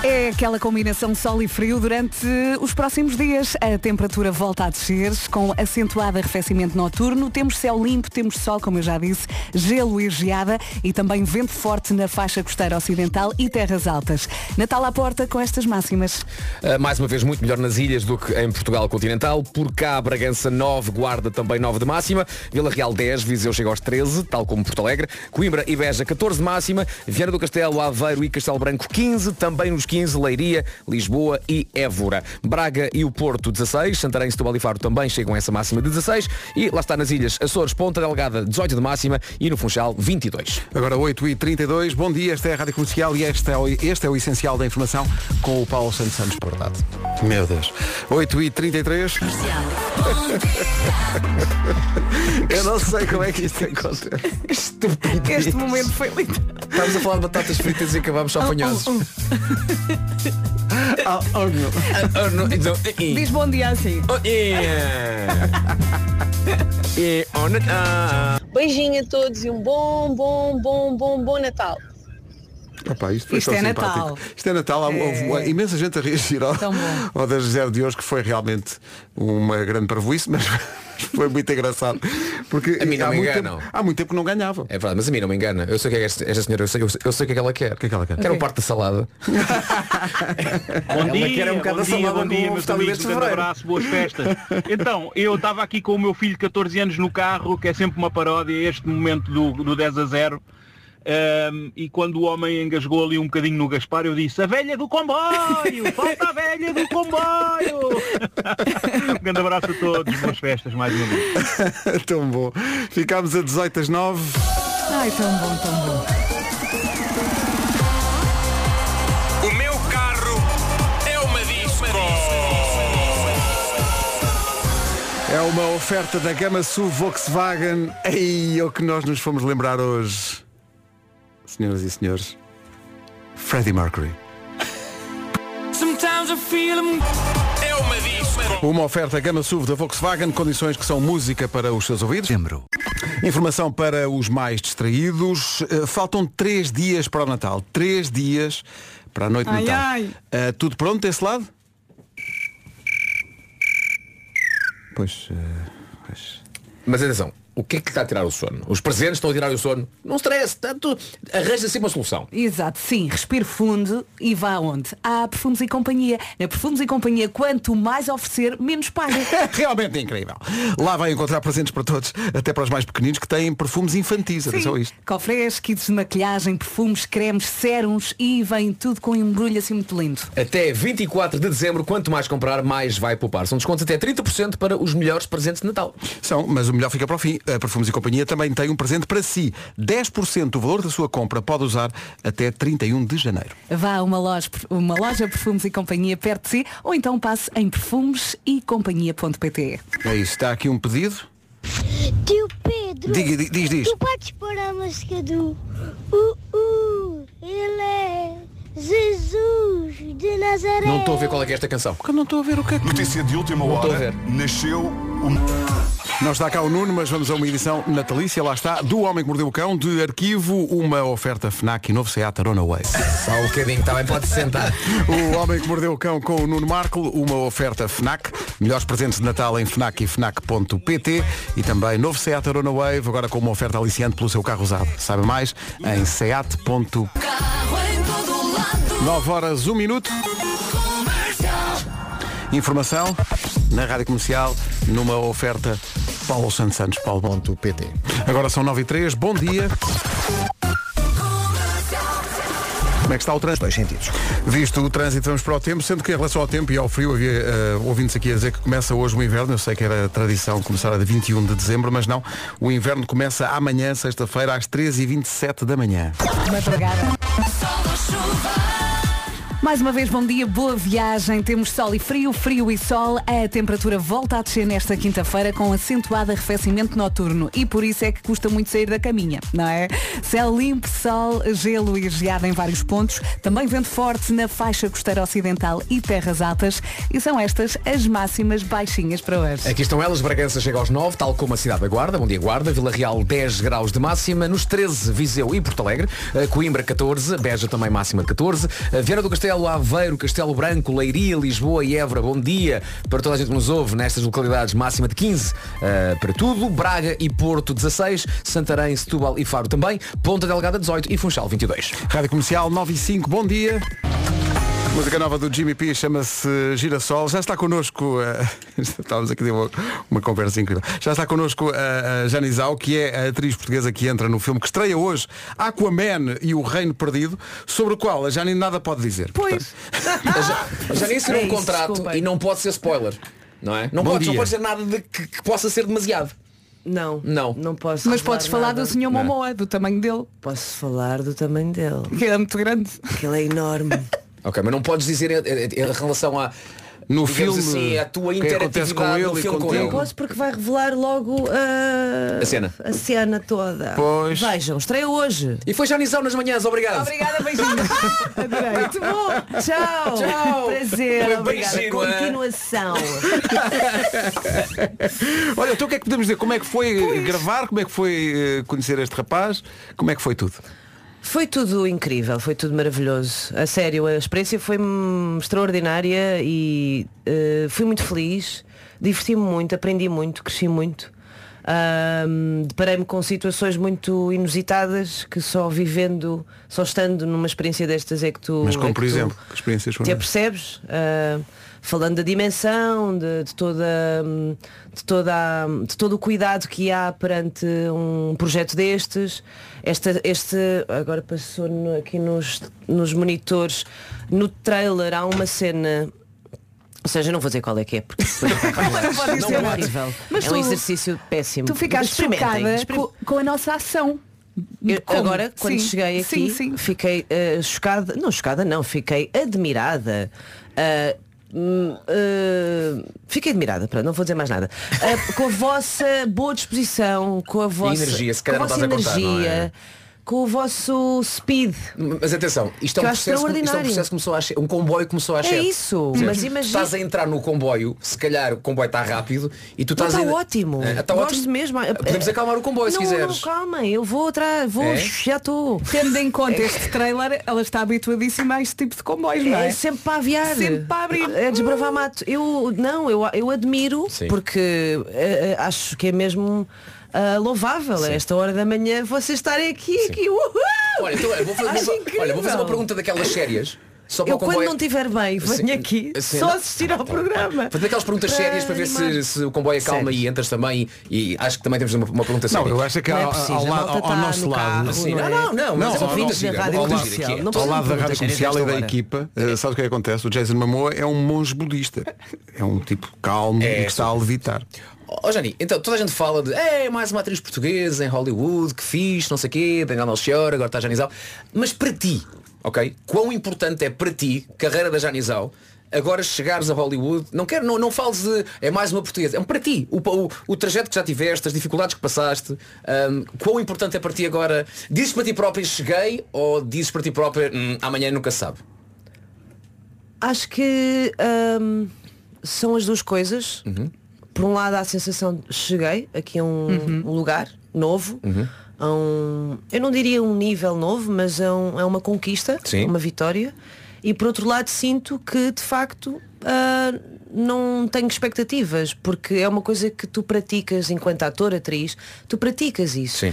Speaker 3: É aquela combinação sol e frio durante os próximos dias. A temperatura volta a descer, com acentuado arrefecimento noturno. Temos céu limpo, temos sol, como eu já disse, gelo e geada e também vento forte na faixa costeira ocidental e terras altas. Natal à porta com estas máximas.
Speaker 6: Uh, mais uma vez, muito melhor nas ilhas do que em Portugal continental. Por cá, Bragança 9, Guarda também 9 de máxima. Vila Real 10, Viseu chega aos 13, tal como Porto Alegre. Coimbra e Beja 14 de máxima. Viana do Castelo, Aveiro e Castelo Branco 15, também nos 15. 15, Leiria, Lisboa e Évora. Braga e o Porto 16, Santarém, Setúbal e Faro também chegam a essa máxima de 16 e lá está nas ilhas Açores, Ponta Delgada 18 de máxima e no Funchal 22.
Speaker 2: Agora 8 e 32 bom dia, esta é a Rádio Comercial e este é, o, este é o Essencial da Informação com o Paulo Santos Santos.
Speaker 6: É
Speaker 2: Verdade. Meu Deus. 8 e 33 Eu não sei como é que isto acontece.
Speaker 3: Este momento foi lindo.
Speaker 6: Estávamos a falar de batatas fritas e acabámos só apanhosos.
Speaker 3: um,
Speaker 2: Ah, oh, meu.
Speaker 6: Ah, oh, não, então, eh, eh.
Speaker 3: Diz bom dia assim.
Speaker 6: Oh, yeah. Eh, oh, não, ah.
Speaker 11: Beijinho a todos e um bom, bom, bom, bom, bom Natal.
Speaker 2: Epá, isto foi
Speaker 3: Isto
Speaker 2: tão
Speaker 3: é
Speaker 2: simpático.
Speaker 3: Natal.
Speaker 2: Isto é Natal. Há-
Speaker 3: É.
Speaker 2: Houve imensa gente a reagir ao,
Speaker 3: Tão bom.
Speaker 2: ao 10 zero de hoje, que foi realmente uma grande parvoíce, mas foi muito engraçado. Porque
Speaker 6: A mim não
Speaker 2: há,
Speaker 6: me
Speaker 2: muito
Speaker 6: enganam.
Speaker 2: tempo, há muito tempo que não ganhava.
Speaker 6: É verdade, mas a mim não me engana. Eu sei o que é esta, esta senhora, eu sei, eu sei- eu sei o que é que ela quer. O
Speaker 2: que é que ela quer?
Speaker 6: Quer um parte da salada.
Speaker 12: Bom
Speaker 6: Ela
Speaker 12: dia,
Speaker 6: quer um bocado
Speaker 12: bom
Speaker 6: de
Speaker 12: dia,
Speaker 6: salada
Speaker 12: bom
Speaker 6: com
Speaker 12: dia,
Speaker 6: ovo,
Speaker 12: meus
Speaker 6: está no mês
Speaker 12: amigos, um grande
Speaker 6: de fevereiro.
Speaker 12: abraço, boas festas. Então, eu estava aqui com o meu filho de 14 anos no carro, que é sempre uma paródia, este momento do, do 10 a 0. Ahm, e quando o homem engasgou ali um bocadinho no Gaspar, eu disse, a velha do comboio, falta a velha do comboio. um grande abraço a todos, boas festas mais uma vez.
Speaker 2: tão bom. Ficámos a 18 às 9.
Speaker 3: Ai, tão bom, tão bom.
Speaker 13: O meu carro é uma disco.
Speaker 2: É uma oferta da Gama Sul Volkswagen. Ei, é o que nós nos fomos lembrar hoje. Senhoras e senhores, Freddie Mercury.
Speaker 13: Sometimes I feel I'm- É uma disco.
Speaker 2: Uma oferta Gama SUV da Volkswagen, condições que são música para os seus ouvidos. Lembro. Informação para os mais distraídos. Eh, Faltam três dias para o Natal. Três dias para a noite de
Speaker 3: Ai,
Speaker 2: Natal.
Speaker 3: ai.
Speaker 2: Eh, tudo pronto desse lado? Pois. eh,
Speaker 6: Mas atenção, o que é que está a tirar o sono? Os presentes estão a tirar o sono? Não stress, tanto arranja-se uma solução.
Speaker 3: Exato, sim, respire fundo e vá onde? Há Perfumes e Companhia. Na Perfumes e Companhia, quanto mais oferecer, menos paga.
Speaker 2: Realmente incrível. Lá vai encontrar presentes para todos, até para os mais pequeninos que têm perfumes infantis. Atenção a isto.
Speaker 3: Cofres, kits de maquilhagem, perfumes, cremes, sérums e vem tudo com um embrulho assim muito lindo.
Speaker 6: Até 24 de dezembro, quanto mais comprar, mais vai poupar. São descontos até 30% para os melhores presentes de Natal.
Speaker 2: São, mas o melhor fica para o fim. A Perfumes e Companhia também tem um presente para si. 10% do valor da sua compra pode usar até 31 de janeiro.
Speaker 3: Vá a uma loja, uma loja Perfumes e Companhia perto de si ou então passe em perfumesecompanhia.pt.
Speaker 2: É isso, está aqui um pedido.
Speaker 14: Tio Pedro.
Speaker 2: Diga, di- diz, diz.
Speaker 14: Tu podes pôr a música do Uh, uh, ele é Jesus de Nazaré.
Speaker 6: Não estou a ver qual é que é esta canção.
Speaker 2: Eu não estou a ver o que é que...
Speaker 15: Notícia de última
Speaker 6: Não estou a
Speaker 15: hora.
Speaker 6: ver.
Speaker 15: Nasceu o...
Speaker 2: Não está cá o Nuno, mas vamos a uma edição natalícia, lá está, do Homem que Mordeu o Cão, de arquivo, uma oferta FNAC e novo Seat Arona Way.
Speaker 6: Só um bocadinho, também pode sentar.
Speaker 2: O Homem que Mordeu o Cão com o Nuno Marco, uma oferta FNAC, melhores presentes de Natal em FNAC e FNAC.pt e também novo Seat Arona Wave, agora com uma oferta aliciante pelo seu carro usado. Sabe mais em seat.pt 9 horas, 1 minuto. Informação na Rádio Comercial numa oferta Paulo Santos Santos, paulo.pt Agora são 9 e 3, bom dia. Como é que está o trânsito? Dois
Speaker 4: sentidos.
Speaker 2: Visto o trânsito, vamos para o tempo, sendo que em relação ao tempo e ao frio, havia eh, ouvintes aqui a dizer que começa hoje o inverno, eu sei que era tradição começar a 21 de dezembro, mas não, o inverno começa amanhã, sexta-feira, às 13h27 da manhã.
Speaker 3: Madrugada. Mais uma vez, bom dia, boa viagem. Temos sol e frio, frio e sol. A temperatura volta a descer nesta quinta-feira com acentuado arrefecimento noturno e por isso é que custa muito sair da caminha, não é? Céu limpo, sol, gelo e geada em vários pontos. Também vento forte na faixa costeira ocidental e terras altas. E são estas as máximas baixinhas para hoje.
Speaker 6: Aqui estão elas, Bragança chega aos 9, tal como a cidade da Guarda, bom dia Guarda, Vila Real 10 graus de máxima, nos 13 Viseu e Porto Alegre, eh, Coimbra 14, Beja também máxima de 14, eh, Vieira do Castelo, Aveiro, Castelo Branco, Leiria, Lisboa e Évora, bom dia para toda a gente que nos ouve nestas localidades, máxima de 15 eh, para tudo, Braga e Porto 16, Santarém, Setúbal e Faro também, Ponta Delgada 18 e Funchal 22.
Speaker 2: Rádio Comercial 9 e 5, bom dia. Música nova do Jimmy P chama-se Girassol. Já está connosco, eh, estávamos aqui a ter uma, uma conversa incrível. Já está connosco eh, a, a Janizal, que é a atriz portuguesa que entra no filme que estreia hoje, Aquaman e o Reino Perdido, sobre o qual a Jani nada pode dizer. Pois.
Speaker 6: Já nem assinou
Speaker 2: É
Speaker 6: um
Speaker 2: isso,
Speaker 6: contrato
Speaker 2: desculpem.
Speaker 6: e não pode ser spoiler. Não é? Não
Speaker 2: Bom
Speaker 6: pode,
Speaker 2: dia.
Speaker 6: não pode ser nada de que, que possa ser demasiado.
Speaker 15: Não.
Speaker 6: Não.
Speaker 15: Não posso
Speaker 3: Mas
Speaker 15: revelar
Speaker 3: podes falar
Speaker 15: nada.
Speaker 3: do Sr. Momoa, do tamanho dele.
Speaker 15: Posso falar do tamanho dele.
Speaker 3: Que é muito grande.
Speaker 15: Que ele é enorme.
Speaker 6: Ok, mas não podes dizer eh, eh, em relação à
Speaker 2: no
Speaker 6: digamos
Speaker 2: filme,
Speaker 6: assim, a tua
Speaker 2: o que acontece
Speaker 6: interatividade
Speaker 2: com ele
Speaker 6: no
Speaker 2: e
Speaker 6: filme com
Speaker 2: contigo.
Speaker 6: ele.
Speaker 15: Não posso porque vai revelar logo ah,
Speaker 6: A cena.
Speaker 15: A cena toda.
Speaker 6: Pois.
Speaker 15: Vejam, estreia hoje.
Speaker 6: E foi Janizão nas manhãs, obrigado.
Speaker 3: Obrigada, beijinhos. Adorei.
Speaker 15: Muito bom. Tchau.
Speaker 9: Tchau.
Speaker 15: Prazer.
Speaker 9: Foi bem
Speaker 15: obrigada.
Speaker 9: giro, é?
Speaker 3: assim.
Speaker 15: Continuação.
Speaker 2: Olha, então o que é que podemos dizer? Como é que foi eh, gravar? Como é que foi eh, conhecer este rapaz? Como é que foi tudo?
Speaker 15: Foi tudo incrível, foi tudo maravilhoso. A sério, a experiência foi hum, extraordinária e eh, fui muito feliz, diverti-me muito, aprendi muito, cresci muito. Ahm, Deparei-me com situações muito inusitadas que só vivendo, só estando numa experiência destas é que tu.
Speaker 2: Mas como
Speaker 15: é
Speaker 2: por
Speaker 15: que tu-
Speaker 2: exemplo, que experiências
Speaker 15: te
Speaker 2: foram?
Speaker 15: apercebes? Ah, falando da dimensão, de, de toda, hum, de, toda, a- de todo o cuidado que há perante um projeto destes. Esta, este, agora passou no- aqui nos, nos monitores. No trailer há uma cena. Ou seja, eu não vou dizer qual é que é, porque depois vai revelar.
Speaker 3: Não pode dizer
Speaker 15: é
Speaker 3: nada.
Speaker 15: horrível.
Speaker 3: Mas
Speaker 15: é um
Speaker 3: tu-
Speaker 15: exercício péssimo.
Speaker 3: Tu ficaste
Speaker 15: Experimentem,
Speaker 3: chocada
Speaker 15: experimentem.
Speaker 3: co- com, a nossa ação.
Speaker 15: Eu,
Speaker 3: Como?
Speaker 15: agora, quando
Speaker 3: Sim,
Speaker 15: cheguei
Speaker 3: sim,
Speaker 15: aqui,
Speaker 3: sim.
Speaker 15: fiquei eh, chocada, não chocada não, fiquei admirada. Ah, hum, ah, fiquei admirada, pronto, não vou dizer mais nada. Ah, com a vossa boa disposição, com a vossa
Speaker 6: energia, se
Speaker 15: com a
Speaker 6: calhar não
Speaker 15: vossa
Speaker 6: estás a contar,
Speaker 15: energia,
Speaker 6: não é?
Speaker 15: com o vosso speed.
Speaker 6: Mas atenção,
Speaker 15: Que
Speaker 6: isto é um
Speaker 15: eu acho
Speaker 6: processo, que- isto é um
Speaker 15: extraordinário.
Speaker 6: processo que começou a um comboio começou a
Speaker 15: É isso, mas imagina-
Speaker 6: Estás a entrar no comboio, se calhar o comboio está rápido e tu
Speaker 15: Não,
Speaker 6: estás
Speaker 15: Está
Speaker 6: a...
Speaker 15: ótimo.
Speaker 6: Ah, Está
Speaker 15: Gosto
Speaker 6: ótimo.
Speaker 15: mesmo. é-
Speaker 6: Podemos acalmar o comboio, se
Speaker 15: Não,
Speaker 6: quiseres.
Speaker 15: Não, calmem, eu vou atrás, vou,
Speaker 6: É?
Speaker 15: já estou.
Speaker 3: Tendo em
Speaker 15: É
Speaker 3: conta este trailer, ela está habituadíssima a este tipo de comboios, não é?
Speaker 15: É sempre para aviar.
Speaker 3: Sempre para abrir.
Speaker 15: É desbravar mato. Eu não, eu, eu admiro
Speaker 3: Sim.
Speaker 15: porque eh, eh, acho que é mesmo ah, louvável a esta hora da manhã vocês estarem aqui, aqui. Uhul!
Speaker 6: Olha, então, eu vou fazer,
Speaker 15: Acho
Speaker 6: vou- olha, vou fazer uma
Speaker 15: incrível.
Speaker 6: pergunta daquelas sérias. Só para
Speaker 15: Eu
Speaker 6: o comboio...
Speaker 15: quando não estiver bem, venho
Speaker 6: é? Sim,
Speaker 15: aqui
Speaker 6: sim,
Speaker 15: só
Speaker 6: não.
Speaker 15: assistir ao programa.
Speaker 6: Fazer aquelas perguntas sérias para ver se,
Speaker 15: animar.
Speaker 6: se o comboio acalma e entras também e, e acho que também temos uma, uma pergunta
Speaker 2: Não,
Speaker 6: séria.
Speaker 2: eu acho que
Speaker 3: é
Speaker 15: é
Speaker 2: ao, ao lado- ao-
Speaker 3: tá
Speaker 2: ao nosso lado. assim,
Speaker 3: assim,
Speaker 2: né?
Speaker 6: Sim, não, não, não, mas é uma pergunta gira.
Speaker 2: ao
Speaker 6: Uma
Speaker 2: lado,
Speaker 6: pergunta gira, aqui é.
Speaker 2: ao lado da rádio comercial e da equipa, eh, sabes o que é que acontece? O Jason Momoa é um monge budista. É um tipo calmo
Speaker 6: É,
Speaker 2: e que está a levitar.
Speaker 6: Ó Jani, então toda a gente fala de é mais uma atriz portuguesa em Hollywood, que fixe, não sei o quê, Daniel Melchior, agora está a Janizal. Mas para ti, ok? Quão importante é para ti, carreira da Janizal, agora chegares a Hollywood, não quero, não, não fales de é mais uma portuguesa, é um para ti, o, pa- o, o trajeto que já tiveste, as dificuldades que passaste, hum, quão importante é para ti agora, dizes para ti própria cheguei ou dizes para ti própria "Hum, amanhã nunca se sabe?
Speaker 15: Acho que hum, são as duas coisas. Por um lado há a sensação de cheguei aqui a um,
Speaker 9: Uhum.
Speaker 15: um lugar novo,
Speaker 9: Uhum.
Speaker 15: a um, eu não diria um nível novo, mas é, um- é uma conquista,
Speaker 9: Sim.
Speaker 15: uma vitória. E por outro lado sinto que de facto ah, não tenho expectativas, porque é uma coisa que tu praticas enquanto ator, atriz, tu praticas isso.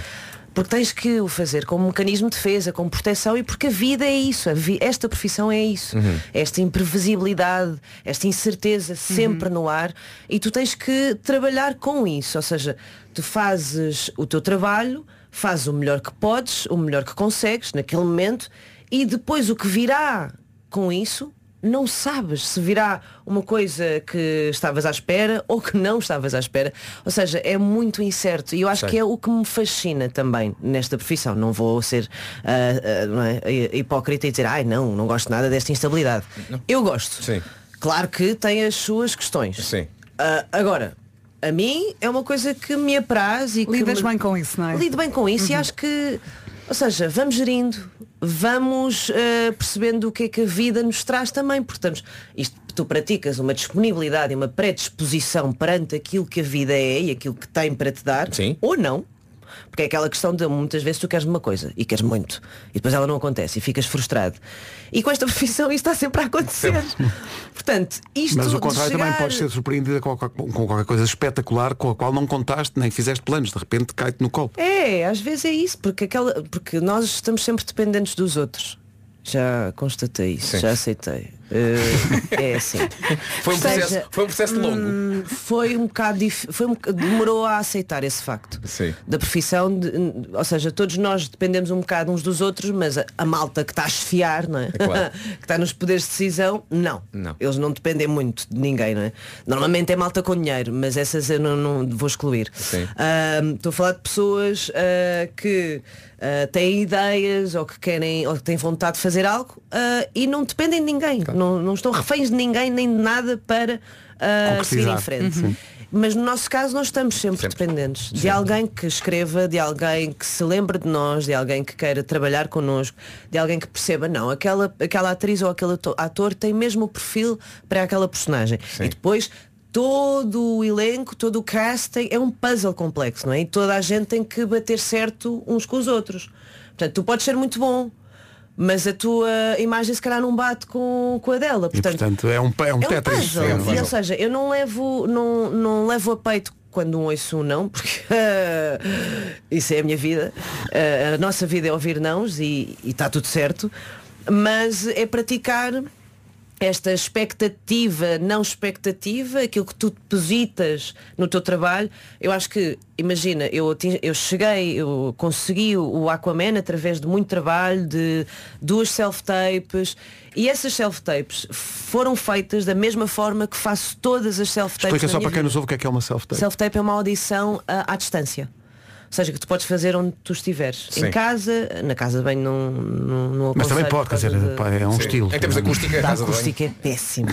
Speaker 15: Porque tens que o fazer como um mecanismo de defesa, como proteção e porque a vida é isso, a vi- esta profissão é isso.
Speaker 9: Uhum.
Speaker 15: Esta imprevisibilidade, esta incerteza sempre no ar e tu tens que trabalhar com isso. Ou seja, tu fazes o teu trabalho, fazes o melhor que podes, o melhor que consegues naquele momento e depois o que virá com isso não sabes se virá uma coisa que estavas à espera ou que não estavas à espera. Ou seja, é muito incerto. E eu acho
Speaker 9: Sei.
Speaker 15: que é o que me fascina também nesta profissão. Não vou ser ah, ah, não é, hipócrita e dizer, ai não, não gosto nada desta instabilidade. Eu gosto. Claro que tem as suas questões. Ah, agora, a mim é uma coisa que me apraz e que
Speaker 3: Lidas
Speaker 15: me-
Speaker 3: bem com isso, não é?
Speaker 15: Lido bem com isso e
Speaker 3: Uhum.
Speaker 15: acho que, ou seja, vamos gerindo, vamos eh, percebendo o que é que a vida nos traz também, porque estamos, isto, tu praticas uma disponibilidade, e uma predisposição perante aquilo que a vida é e aquilo que tem para te dar, ou não. Porque é aquela questão de muitas vezes tu queres uma coisa e queres muito e depois ela não acontece e ficas frustrado. E com esta profissão isto está sempre a acontecer. Portanto, isto
Speaker 2: Mas o
Speaker 15: de
Speaker 2: contrário também
Speaker 15: chegar-
Speaker 2: pode ser surpreendida com, qual- com qualquer coisa espetacular com a qual não contaste nem fizeste planos. De repente cai-te no colo.
Speaker 15: É, às vezes é isso, porque, aquela, porque nós estamos sempre dependentes dos outros. Já constatei isso, já aceitei. Eh, é assim.
Speaker 6: Foi um processo- foi um processo longo.
Speaker 15: hum, Foi um bocado dif- foi um boc- demorou a aceitar esse facto
Speaker 6: Sim.
Speaker 15: da profissão, de- ou seja, todos nós dependemos um bocado uns dos outros, mas a, a malta que está a chefiar, não é?
Speaker 6: claro.
Speaker 15: que está nos poderes de decisão, não.
Speaker 6: Não.
Speaker 15: Eles não dependem muito de ninguém, não é? Normalmente é malta com dinheiro, mas essas eu não, não vou excluir.
Speaker 6: Sim.
Speaker 15: Ahm, Estou a falar de pessoas ah, que ah, têm ideias ou que querem ou que têm vontade de fazer algo ah, e não dependem de ninguém, não, não estão reféns de ninguém nem de nada para ah, seguir
Speaker 6: Concretizar.
Speaker 15: em frente.
Speaker 6: Uhum.
Speaker 15: Mas no nosso caso nós estamos sempre, dependentes de alguém que escreva, de alguém que se lembre de nós, de alguém que queira trabalhar connosco, de alguém que perceba, não, aquela, aquela atriz ou aquele ato- ator tem mesmo o perfil para aquela personagem. E depois todo o elenco, todo o casting é um puzzle complexo, não é? E toda a gente tem que bater certo uns com os outros. Portanto, tu podes ser muito bom. Mas a tua imagem se calhar não bate com, com a dela.
Speaker 2: E portanto é um, é um
Speaker 15: É um
Speaker 2: tetris.
Speaker 15: puzzle.
Speaker 2: É um
Speaker 15: E, ou
Speaker 2: puzzle.
Speaker 15: seja, eu não levo, não, não levo a peito quando um ouço um não, porque isso é a minha vida. Eh, a nossa vida é ouvir nãos e está tudo certo. Mas é praticar esta expectativa, não expectativa, aquilo que tu depositas no teu trabalho, eu acho que, imagina, eu, ating- eu cheguei, eu consegui o- o Aquaman através de muito trabalho, de duas self-tapes, e essas self-tapes foram feitas da mesma forma que faço todas as self-tapes.
Speaker 2: Explica
Speaker 15: na
Speaker 2: só
Speaker 15: minha
Speaker 2: para quem
Speaker 15: vida.
Speaker 2: nos ouve o que é que é uma self-tape.
Speaker 15: Self-tape é uma audição ah, à distância. Ou seja, que tu podes fazer onde tu estiveres.
Speaker 2: Sim.
Speaker 15: Em casa, na casa bem não, não, não
Speaker 2: Mas também
Speaker 15: aconselho
Speaker 2: pode,
Speaker 15: por causa
Speaker 2: quer dizer, pá, é um Sim. estilo. Em termos de acústica, a
Speaker 15: Da
Speaker 6: tá
Speaker 2: casa de
Speaker 15: acústica é péssima.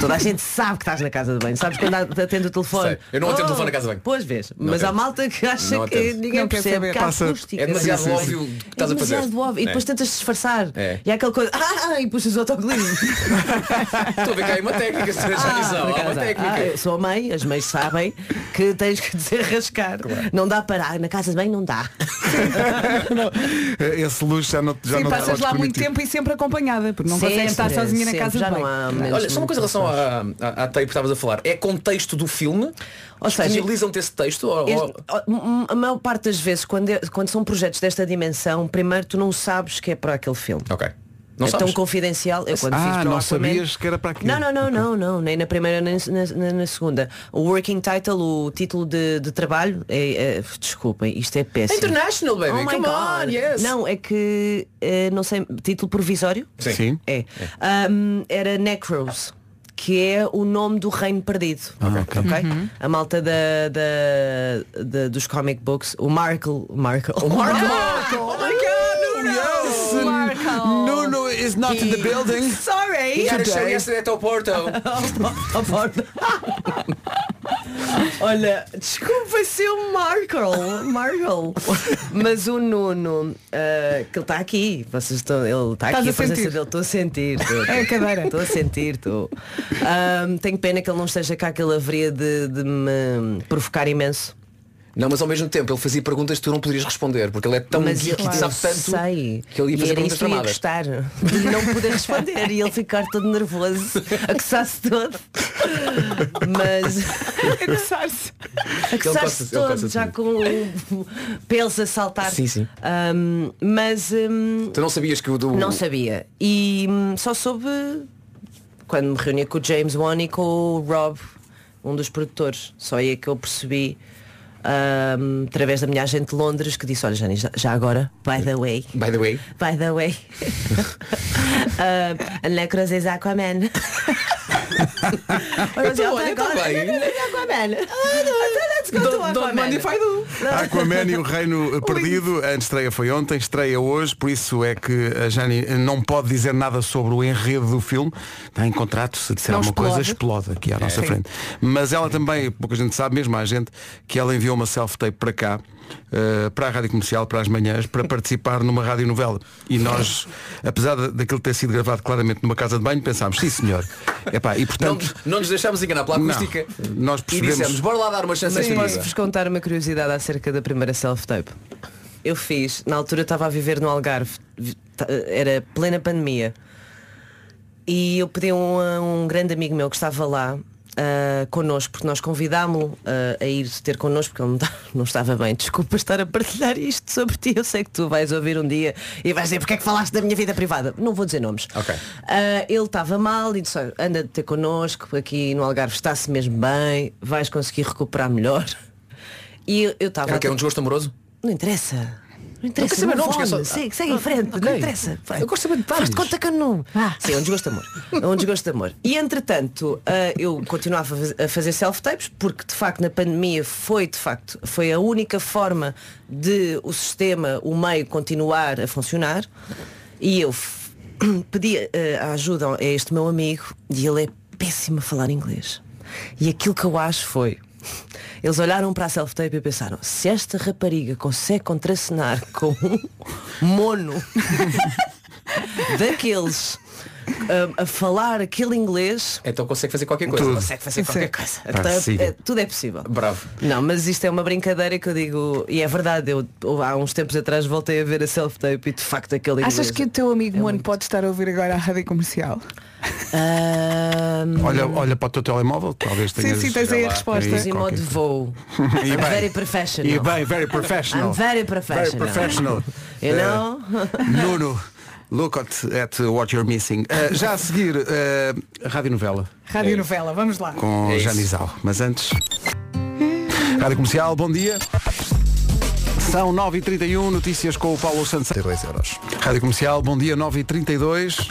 Speaker 15: Toda a gente sabe que estás na casa de banho. Sabes quando atende o telefone.
Speaker 6: Sei. Eu não atendo o
Speaker 15: Oh,
Speaker 6: telefone na casa de banho.
Speaker 15: Pois vês.
Speaker 6: Não
Speaker 15: mas há
Speaker 6: atendo.
Speaker 15: malta que acha
Speaker 6: Não
Speaker 15: que é
Speaker 6: atendo.
Speaker 15: ninguém
Speaker 6: Não quer
Speaker 15: percebe
Speaker 6: saber.
Speaker 15: que há
Speaker 6: Passa-
Speaker 15: acústica.
Speaker 6: é demasiado
Speaker 15: Sim, sim, sim.
Speaker 6: óbvio o que estás
Speaker 15: é
Speaker 6: a fazer.
Speaker 15: demasiado óbvio. E
Speaker 6: É.
Speaker 15: depois tentas disfarçar.
Speaker 6: É.
Speaker 15: E há aquela coisa. Ah, e puxas o autocolismo.
Speaker 6: Estou a ver que há aí uma técnica, senhora
Speaker 15: Ah,
Speaker 6: Janizão, há uma técnica.
Speaker 15: eu sou mãe, as mães sabem Ah, que tens que desarrascar. Não dá para. Ah, Na casa de banho não dá.
Speaker 2: Esse luxo já não, já
Speaker 3: Sim,
Speaker 2: não te
Speaker 3: passas
Speaker 2: podes
Speaker 3: lá muito
Speaker 2: permitir.
Speaker 3: tempo e sempre acompanhada, porque não
Speaker 15: Sempre,
Speaker 3: consegues estar sozinha
Speaker 15: sempre,
Speaker 3: na casa
Speaker 15: já
Speaker 3: de
Speaker 15: não
Speaker 3: banho.
Speaker 15: há
Speaker 6: Olha, só uma coisa em relação à, à, à tape que estavas a falar. É contexto do filme?
Speaker 15: Ou seja,
Speaker 6: Disponibilizam-te esse texto? Ou,
Speaker 15: Este-
Speaker 6: ou-
Speaker 15: m- a maior parte das vezes, quando, é- quando são projetos desta dimensão, primeiro tu não sabes que é para aquele filme.
Speaker 6: Ok.
Speaker 2: Não
Speaker 15: é
Speaker 2: sabes?
Speaker 15: tão confidencial. Eu quando fiz
Speaker 2: ah,
Speaker 15: para o
Speaker 2: não
Speaker 15: Aquaman-
Speaker 2: sabias que era para aquilo.
Speaker 15: Não, não, não, não, não, nem na primeira nem na, na- na segunda. O working title, o título de, de trabalho, é, é- desculpem, isto é péssimo.
Speaker 6: International, baby,
Speaker 15: Oh my
Speaker 6: come on,
Speaker 15: God.
Speaker 6: yes.
Speaker 15: Não, é que, eh, não sei, título provisório?
Speaker 2: Sim. Sim.
Speaker 15: É. Ahm, era Necros, que é o nome do reino perdido.
Speaker 2: Ok.
Speaker 15: ok? A malta da, da- da- dos comic books, o Markle. Markle. O
Speaker 6: Oh my God, Nuno!
Speaker 2: Nuno is not in the building.
Speaker 15: Sorry!
Speaker 6: You gotta show yesterday to Porto.
Speaker 15: Ao Porto. Olha, desculpa ser o Markle, Markle. Mas o Nuno, ah, que ele está aqui, vocês estão, ele está
Speaker 3: Estás
Speaker 15: aqui,
Speaker 3: a
Speaker 15: a presença
Speaker 3: sentir.
Speaker 15: dele, estou a sentir. tô-
Speaker 3: É a cadeira.
Speaker 15: Estou a sentir, estou. Ahm, tenho pena que ele não esteja cá, que ele haveria de, de me Hum, provocar imenso.
Speaker 6: Não, mas ao mesmo tempo ele fazia perguntas que tu não poderias responder, porque ele é tão
Speaker 15: mas
Speaker 6: geek
Speaker 15: eu,
Speaker 6: e sabe tanto
Speaker 15: sei.
Speaker 6: que ele ia
Speaker 15: e
Speaker 6: fazer
Speaker 15: era
Speaker 6: perguntas
Speaker 15: isso que eu ia
Speaker 6: tramadas.
Speaker 15: gostar de não poder responder e ele ficar todo nervoso, a coçar-se todo. Mas a coçar-se. A
Speaker 6: Ele coça-se,
Speaker 15: coçar-se
Speaker 6: ele
Speaker 15: todo,
Speaker 6: coça-se
Speaker 15: já com o pelos a saltar.
Speaker 6: Sim, sim.
Speaker 15: Ahm, mas ahm,
Speaker 6: Tu não sabias que o do.
Speaker 15: não sabia. E hum, só soube quando me reuni com o James Wan e com o Rob, um dos produtores. Só aí é que eu percebi, hum, através da minha agente de Londres, que disse, olha Jani, já, já agora, by the way,
Speaker 6: By the way.
Speaker 15: by the way, uh, Necros is Aquaman.
Speaker 9: Eu tô,
Speaker 15: Oh
Speaker 9: olha,
Speaker 15: my
Speaker 9: tá
Speaker 15: God,
Speaker 6: Então
Speaker 9: bem.
Speaker 15: Necros is é Aquaman. Ah, então Let's go to
Speaker 9: Don't- don't
Speaker 15: Aquaman.
Speaker 9: mind if I
Speaker 2: Aquaman e o Reino Perdido, a estreia foi ontem, estreia hoje, por isso é que a Jani não pode dizer nada sobre o enredo do filme. Está em contrato, se disser
Speaker 3: Não
Speaker 2: alguma coisa,
Speaker 3: explode.
Speaker 2: explode aqui à nossa
Speaker 3: Sim.
Speaker 2: frente. Mas ela também, pouca gente sabe, mesmo a gente, que ela enviou uma self-tape para cá, eh, para a Rádio Comercial, para as manhãs, para participar numa radionovela. E nós, apesar de- daquilo ter sido gravado claramente numa casa de banho, pensámos, sim senhor. Epá, e
Speaker 6: Não,
Speaker 2: portanto.
Speaker 6: não nos deixámos enganar pela
Speaker 2: Não.
Speaker 6: acústica.
Speaker 2: Nós percebemos-
Speaker 6: E dissemos, bora lá dar uma chance a
Speaker 15: Mas
Speaker 6: esta
Speaker 15: posso-vos contar uma curiosidade acerca da primeira self-tape? Eu fiz, na altura eu estava a viver no Algarve, vi- ta- era plena pandemia. E eu pedi a um, a um grande amigo meu que estava lá ah, connosco, porque nós convidámo-lo ah, a ir ter connosco, porque ele não, tá- não estava bem. Desculpa estar a partilhar isto sobre ti. Eu sei que tu vais ouvir um dia e vais dizer porque é que falaste da minha vida privada. Não vou dizer nomes.
Speaker 6: Ok.
Speaker 15: Ah, ele estava mal e disse, "Olha, anda de ter connosco, porque aqui no Algarve está-se mesmo bem, vais conseguir recuperar melhor. E eu- eu estava.
Speaker 6: Era que é um desgosto amoroso?
Speaker 15: Não interessa. Não
Speaker 6: Não
Speaker 15: interessa.
Speaker 6: quero saber
Speaker 15: não é
Speaker 6: nomes, quero
Speaker 15: vale.
Speaker 6: só-
Speaker 15: Segue, segue em
Speaker 6: Ah,
Speaker 15: frente.
Speaker 6: ok.
Speaker 15: Não interessa. Vai.
Speaker 6: Eu gosto de saber de
Speaker 15: Faz de conta que eu não. Sim, é um desgosto de amor. É um desgosto de amor. E entretanto, ah, eu continuava a faz- a fazer self-tapes, porque de facto na pandemia foi de facto, foi a única forma de o sistema, o meio continuar a funcionar. E eu f- pedi ah, a ajuda a este meu amigo e ele é péssimo a falar inglês. E aquilo que eu acho foi. Eles olharam para a self-tape e pensaram, se esta rapariga consegue contracenar com um mono daqueles um, a falar aquele inglês
Speaker 6: Então consegue fazer qualquer coisa.
Speaker 15: Tudo. Consegue fazer qualquer coisa. Então é-
Speaker 6: possível.
Speaker 15: é- tudo é possível.
Speaker 6: Bravo.
Speaker 15: Não, mas isto é uma brincadeira que eu digo, e é verdade, eu eu há uns tempos atrás voltei a ver a self-tape e de facto aquele inglês.
Speaker 3: Achas que o teu
Speaker 15: É
Speaker 3: amigo Mono pode estar a ouvir agora a rádio comercial?
Speaker 2: Olha, olha para o teu telemóvel, talvez tenhas...
Speaker 3: sim, tens aí a resposta.
Speaker 2: aí
Speaker 15: Pus em modo
Speaker 2: qualquer-
Speaker 15: voo.
Speaker 2: E bem.
Speaker 15: I'm very professional.
Speaker 2: E bem, very professional.
Speaker 15: I'm very professional.
Speaker 2: Very professional.
Speaker 15: You
Speaker 2: Eh,
Speaker 15: know?
Speaker 2: Nuno, look at, at what you're missing. Eh, já a seguir, eh, Rádio Novela.
Speaker 15: É.
Speaker 3: Rádio Novela, vamos lá.
Speaker 2: com
Speaker 3: É isso.
Speaker 2: Janizal. Mas antes. Rádio Comercial, bom dia. São 9h31, notícias com o Paulo Santos. 2 euros. Rádio Comercial, bom dia, 9h32.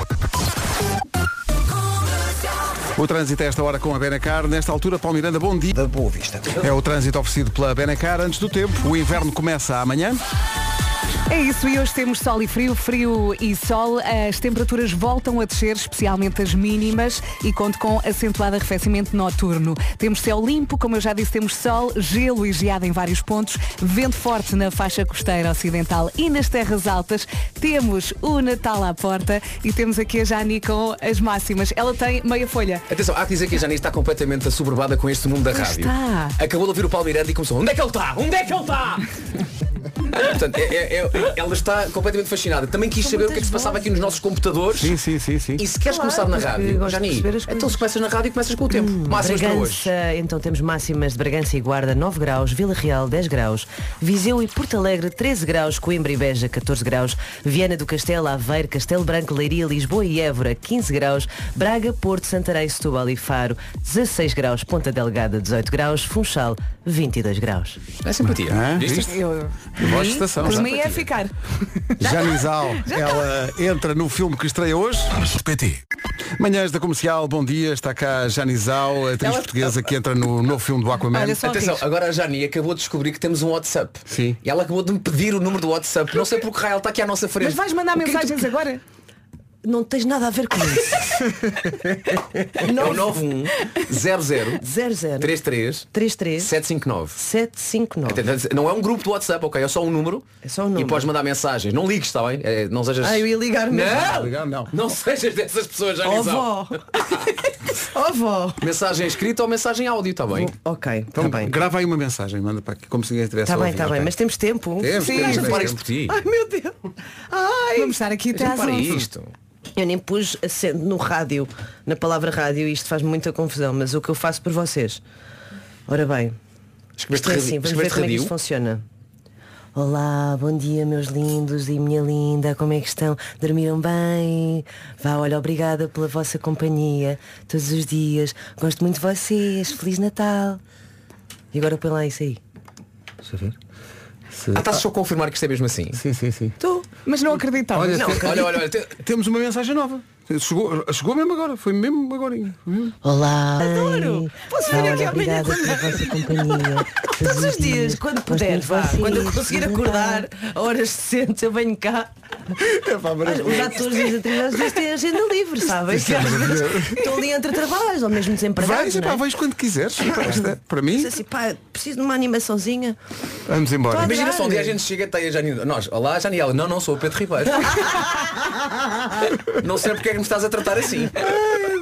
Speaker 2: O trânsito a esta hora com a Benacar. Nesta altura, Paulo Miranda, bom dia. Da Boa Vista. É o trânsito oferecido pela Benacar. Antes do tempo, o inverno começa amanhã.
Speaker 3: É isso, e hoje temos sol e frio, frio e sol. As temperaturas voltam a descer, especialmente as mínimas, e conto com acentuado arrefecimento noturno. Temos céu limpo, como eu já disse, temos sol, gelo e geada em vários pontos, vento forte na faixa costeira ocidental e nas terras altas. Temos o Natal à porta e temos aqui a Jani com as máximas. Ela tem meia folha.
Speaker 6: Atenção, há que dizer que a Jani está completamente assoberbada com este mundo da
Speaker 3: Pois
Speaker 6: rádio.
Speaker 3: está.
Speaker 6: Acabou de ouvir o Paulo Miranda e começou, onde é que ele está? Onde é que ele está? Portanto, é- é- é- ela está completamente fascinada. Também quis saber o que é que se passava aqui nos nossos computadores.
Speaker 2: Sim, sim, sim, sim.
Speaker 6: E se queres
Speaker 15: Claro,
Speaker 6: começar na
Speaker 15: porque
Speaker 6: rádio,
Speaker 15: gosto de
Speaker 6: Jani,
Speaker 15: perceber as Hum,
Speaker 6: então se começas na rádio e começas com o tempo. Máximas
Speaker 15: Bragança,
Speaker 6: para hoje.
Speaker 15: então temos máximas de Bragança e Guarda 9 graus, Vila Real 10 graus, Viseu e Porto Alegre 13 graus, Coimbra e Beja 14 graus, Viana do Castelo, Aveiro, Castelo Branco, Leiria, Lisboa e Évora 15 graus, Braga, Porto, Santarém, Setúbal e Faro 16 graus, Ponta Delgada 18 graus, Funchal 22 graus.
Speaker 6: É simpatia.
Speaker 2: Hã?
Speaker 6: Viste?
Speaker 2: Viste?
Speaker 3: Eu...
Speaker 2: Boa estação.
Speaker 3: Por mim é ficar.
Speaker 2: Janizal, ela entra no filme que estreia hoje. PT. Manhãs da Comercial, bom dia, está cá a Janizal, a atriz
Speaker 6: Ela-
Speaker 2: portuguesa que entra no novo filme do Aquaman.
Speaker 6: Atenção, agora a Jani acabou de descobrir que temos um WhatsApp. Sim. E ela acabou de me pedir o número do WhatsApp. Não sei porque raio ela está aqui à nossa frente.
Speaker 15: Mas vais mandar
Speaker 6: O que é que tu-
Speaker 15: mensagens agora? Não tens nada a ver com isso.
Speaker 6: É o 91 00
Speaker 15: 00
Speaker 6: 33
Speaker 15: 33
Speaker 6: 759.
Speaker 15: 759.
Speaker 6: Atenção, Não é um grupo do WhatsApp, ok? É só um número. É
Speaker 15: só um
Speaker 6: E
Speaker 15: número.
Speaker 6: podes mandar mensagens. Não ligues, está bem? É, não sejas.
Speaker 15: Ah, eu ia ligar mesmo.
Speaker 6: Não!
Speaker 15: Não,
Speaker 6: Ligar, não. não sejas dessas pessoas, já
Speaker 15: Ó vó. Ó vó.
Speaker 6: Mensagem escrita ou mensagem áudio, está bem?
Speaker 15: Ok,
Speaker 2: Então, grava aí uma mensagem, manda para aqui, como se ninguém interessa.
Speaker 15: Está Tá bem, está bem, mas temos tempo.
Speaker 2: Temos, Sim. temos,
Speaker 15: Mas-
Speaker 2: temos. Por ti.
Speaker 15: Ai meu Deus. Ai.
Speaker 3: Vamos estar aqui até
Speaker 15: Então
Speaker 3: às
Speaker 15: para
Speaker 3: 11.
Speaker 15: isto. Eu nem pus acento no rádio, na palavra rádio, e isto faz muita confusão, mas o que eu faço por vocês? Ora bem, isto
Speaker 6: Escreveste
Speaker 15: é
Speaker 6: radi-
Speaker 15: assim, vamos ver
Speaker 6: escreveste
Speaker 15: como é que
Speaker 6: radio?
Speaker 15: isto funciona. Olá, bom dia meus lindos e minha linda, como é que estão? Dormiram bem? Vá, olha, obrigada pela vossa companhia todos os dias. Gosto muito de vocês, Feliz Natal. E agora põe lá isso aí.
Speaker 6: Deixa eu ver. Ah, estás só a confirmar que isto é mesmo assim?
Speaker 2: Sim, sim, sim.
Speaker 15: Tu,
Speaker 3: mas não acreditava.
Speaker 2: Olha,
Speaker 6: Não,
Speaker 2: te-
Speaker 6: acredito.
Speaker 2: olha, olha, olha, te- temos uma mensagem nova. Chegou, chegou mesmo agora, foi mesmo agora.
Speaker 15: Olá.
Speaker 2: Adoro.
Speaker 15: Posso vir aqui amanhã pela vossa companhia. Todos os dias, quando puder, vá. Quando eu conseguir acordar, a horas decentes, eu venho cá. Olha, Os atores e as atrizes às vezes têm agenda livre, sabem?
Speaker 2: Isto é
Speaker 15: Às vezes
Speaker 2: maravilhoso.
Speaker 15: Estão ali entre trabalhos, ou mesmo desempregados.
Speaker 2: Vais,
Speaker 15: não
Speaker 2: pá,
Speaker 15: é?
Speaker 2: vais quando quiseres. Para, esta- para mim,
Speaker 15: Diz assim, pá, preciso de uma animaçãozinha.
Speaker 2: vamos embora.
Speaker 6: Imagina só, um dia a gente chega e está aí a Jani. Nós, olá Jani, ela, não, não sou o Pedro Ribeiro. não sei porque é que me estás a tratar assim.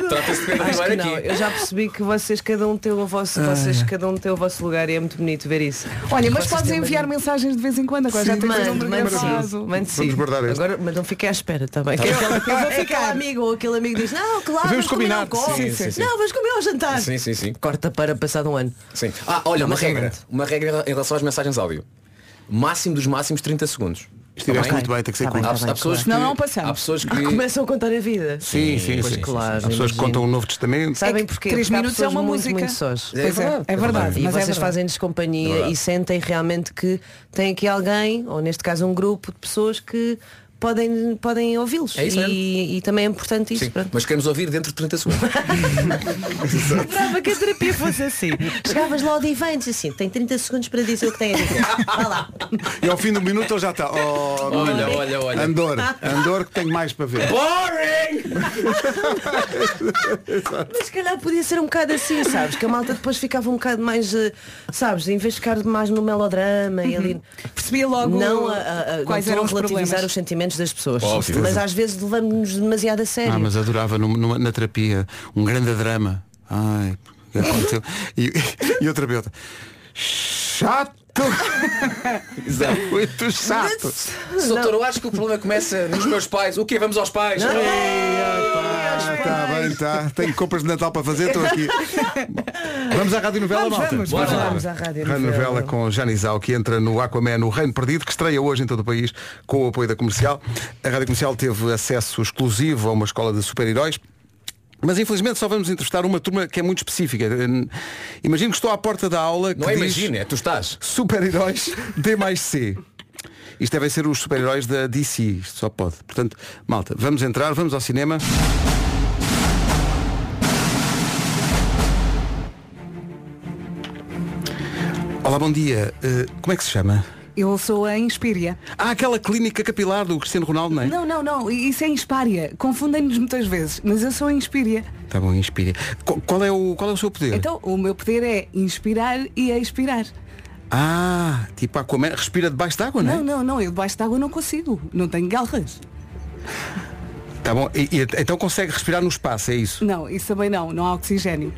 Speaker 6: Trata-se de Pedro
Speaker 15: Acho que
Speaker 6: Ribeiro
Speaker 15: não.
Speaker 6: aqui.
Speaker 15: Eu já percebi que vocês cada um tem o vosso,
Speaker 6: Ai,
Speaker 2: Ah.
Speaker 15: vocês
Speaker 6: ai.
Speaker 15: cada um tem o vosso lugar e é muito bonito ver isso.
Speaker 3: Olha, mas
Speaker 15: Vocês
Speaker 3: podes
Speaker 15: têm
Speaker 3: enviar mensagens de vez em quando, agora já
Speaker 15: Sim,
Speaker 3: tens o
Speaker 15: mande,
Speaker 3: número
Speaker 15: mande sim,
Speaker 3: gravado.
Speaker 15: mande sim.
Speaker 2: Vamos guardar este.
Speaker 15: Agora, mas não fiquei à espera, está bem?
Speaker 2: Tá
Speaker 15: Que
Speaker 2: bem.
Speaker 15: aquele-
Speaker 2: Eu vou
Speaker 15: é aquele amigo ou aquele amigo diz, não, claro,
Speaker 2: Vamos
Speaker 15: vamos combinar.
Speaker 2: combinar.
Speaker 15: um
Speaker 2: Sim,
Speaker 15: copo.
Speaker 2: sim, sim.
Speaker 15: Não, vamos comer ao jantar.
Speaker 6: Sim, sim, sim.
Speaker 15: Corta para passado um ano.
Speaker 6: Sim. Ah, olha, uma
Speaker 15: Mas é
Speaker 6: regra.
Speaker 15: realmente.
Speaker 6: Uma regra em relação às mensagens áudio. Máximo dos máximos 30 segundos.
Speaker 2: Estiveste muito bem, tem que ser
Speaker 6: Tá
Speaker 2: curto.
Speaker 6: Há, há pessoas que,
Speaker 15: Senão não passamos.
Speaker 6: Há pessoas que...
Speaker 15: Ah, começam a contar a vida.
Speaker 2: Sim, sim,
Speaker 15: Pois
Speaker 2: sim.
Speaker 15: claro,
Speaker 2: Há pessoas que
Speaker 15: imagino.
Speaker 2: contam o Novo Testamento.
Speaker 15: Sabem porquê?
Speaker 3: três
Speaker 15: Porque há
Speaker 3: minutos é
Speaker 15: pessoas
Speaker 3: uma
Speaker 15: muito,
Speaker 3: música.
Speaker 15: Muito sós.
Speaker 3: Pois é, é verdade,
Speaker 15: E
Speaker 3: mas é
Speaker 15: vocês
Speaker 3: verdade.
Speaker 15: fazem-nos
Speaker 3: É
Speaker 15: companhia
Speaker 3: verdade.
Speaker 15: e sentem realmente que tem aqui alguém, ou neste caso um grupo de pessoas que podem, podem ouvi-los.
Speaker 6: É isso mesmo.
Speaker 15: e, e também é importante isso.
Speaker 6: Sim, mas queremos ouvir dentro de 30 segundos.
Speaker 15: Esperava que a terapia fosse assim. Chegavas lá ao divã e dizes assim, tem 30 segundos para dizer o que tem a dizer. Vá lá.
Speaker 2: E ao fim do minuto ele já está. Oh,
Speaker 6: Olha,
Speaker 2: não.
Speaker 6: olha, olha.
Speaker 2: Andor, Andor que tenho mais para ver.
Speaker 15: Mas se calhar podia ser um bocado assim, sabes? Que a malta depois ficava um bocado mais, eh, sabes, em vez de ficar mais no melodrama e ali.
Speaker 3: Percebia logo
Speaker 15: não a, a, a,
Speaker 3: quais
Speaker 15: não
Speaker 3: eram
Speaker 15: estou a
Speaker 3: os
Speaker 15: relativizar
Speaker 3: problemas.
Speaker 15: os sentimentos das pessoas.
Speaker 2: Óbvio.
Speaker 15: Mas às vezes levamos-nos demasiado a sério.
Speaker 2: Ah, mas adorava num- numa- na terapia um grande drama. Ai, o que aconteceu? E, e o terapeuta. Chato! Exato. Muito chato.
Speaker 6: Doutor, eu acho que o problema começa nos meus pais. O quê? Vamos aos pais.
Speaker 2: Está Tá bem, está. Tenho compras de Natal para fazer, estou aqui. Vamos à Rádio Novela,
Speaker 15: Vamos,
Speaker 2: malta?
Speaker 15: vamos,
Speaker 2: Bora.
Speaker 15: vamos à Rádio
Speaker 2: Novela
Speaker 15: Novela.
Speaker 2: com Janizal, que entra no Aquaman, o Reino Perdido, que estreia hoje em todo o país com o apoio da Comercial. A Rádio Comercial teve acesso exclusivo a uma escola de super-heróis. Mas infelizmente só vamos entrevistar uma turma que é muito específica. Eh, Imagino que estou à porta da aula que
Speaker 6: Não é
Speaker 2: diz
Speaker 6: imagina, é tu estás.
Speaker 2: super-heróis D mais C. Isto devem ser os super-heróis da DC, isto só pode. Portanto, malta, vamos entrar, vamos ao cinema. Olá, bom dia. Eh, como é que se chama?
Speaker 3: Eu sou a Inspíria.
Speaker 2: Ah, aquela clínica capilar do Cristiano Ronaldo, não é?
Speaker 3: Não, não, não, isso é Inspária. Confundem-nos muitas vezes, mas eu sou a Inspíria.
Speaker 2: Tá bom, inspire. Qu- Qual é o, qual é o seu poder?
Speaker 3: Então, o meu poder é inspirar e expirar.
Speaker 2: Ah, tipo Aquaman, respira debaixo d'água, não é?
Speaker 3: Não, não, não, eu debaixo de água não consigo. Não tenho garras.
Speaker 2: Tá bom, e, e então consegue respirar no espaço, é isso?
Speaker 3: Não, isso também não, não há oxigênio.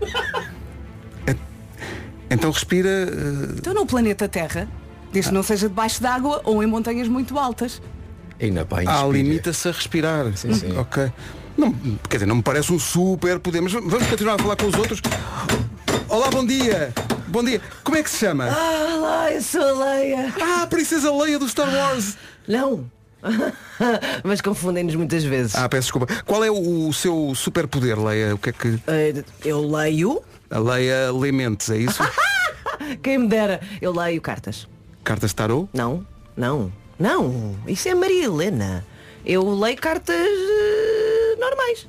Speaker 2: Então respira... eh,
Speaker 3: Então no planeta Terra, desde que não seja debaixo de água ou em montanhas muito altas.
Speaker 6: Ainda bem.
Speaker 2: Ah, limita-se a respirar. Sim, sim. Ok. Não, quer dizer, não me parece um super poder, mas vamos continuar a falar com os outros. Olá, bom dia. Bom dia. Como é que se chama?
Speaker 15: Ah, lá, eu sou a Leia.
Speaker 2: Ah, a princesa Leia do Star Wars.
Speaker 15: Não. mas confundem-nos muitas vezes.
Speaker 2: Ah, peço desculpa. Qual é o, o seu super poder, Leia? O que é que...
Speaker 15: Eh, Eu leio,
Speaker 2: A Leia lê mentes, é isso?
Speaker 15: quem me dera, eu leio cartas.
Speaker 2: Cartas de tarô?
Speaker 15: Não, não, não. Isso é Maria Helena. Eu leio cartas eh, normais.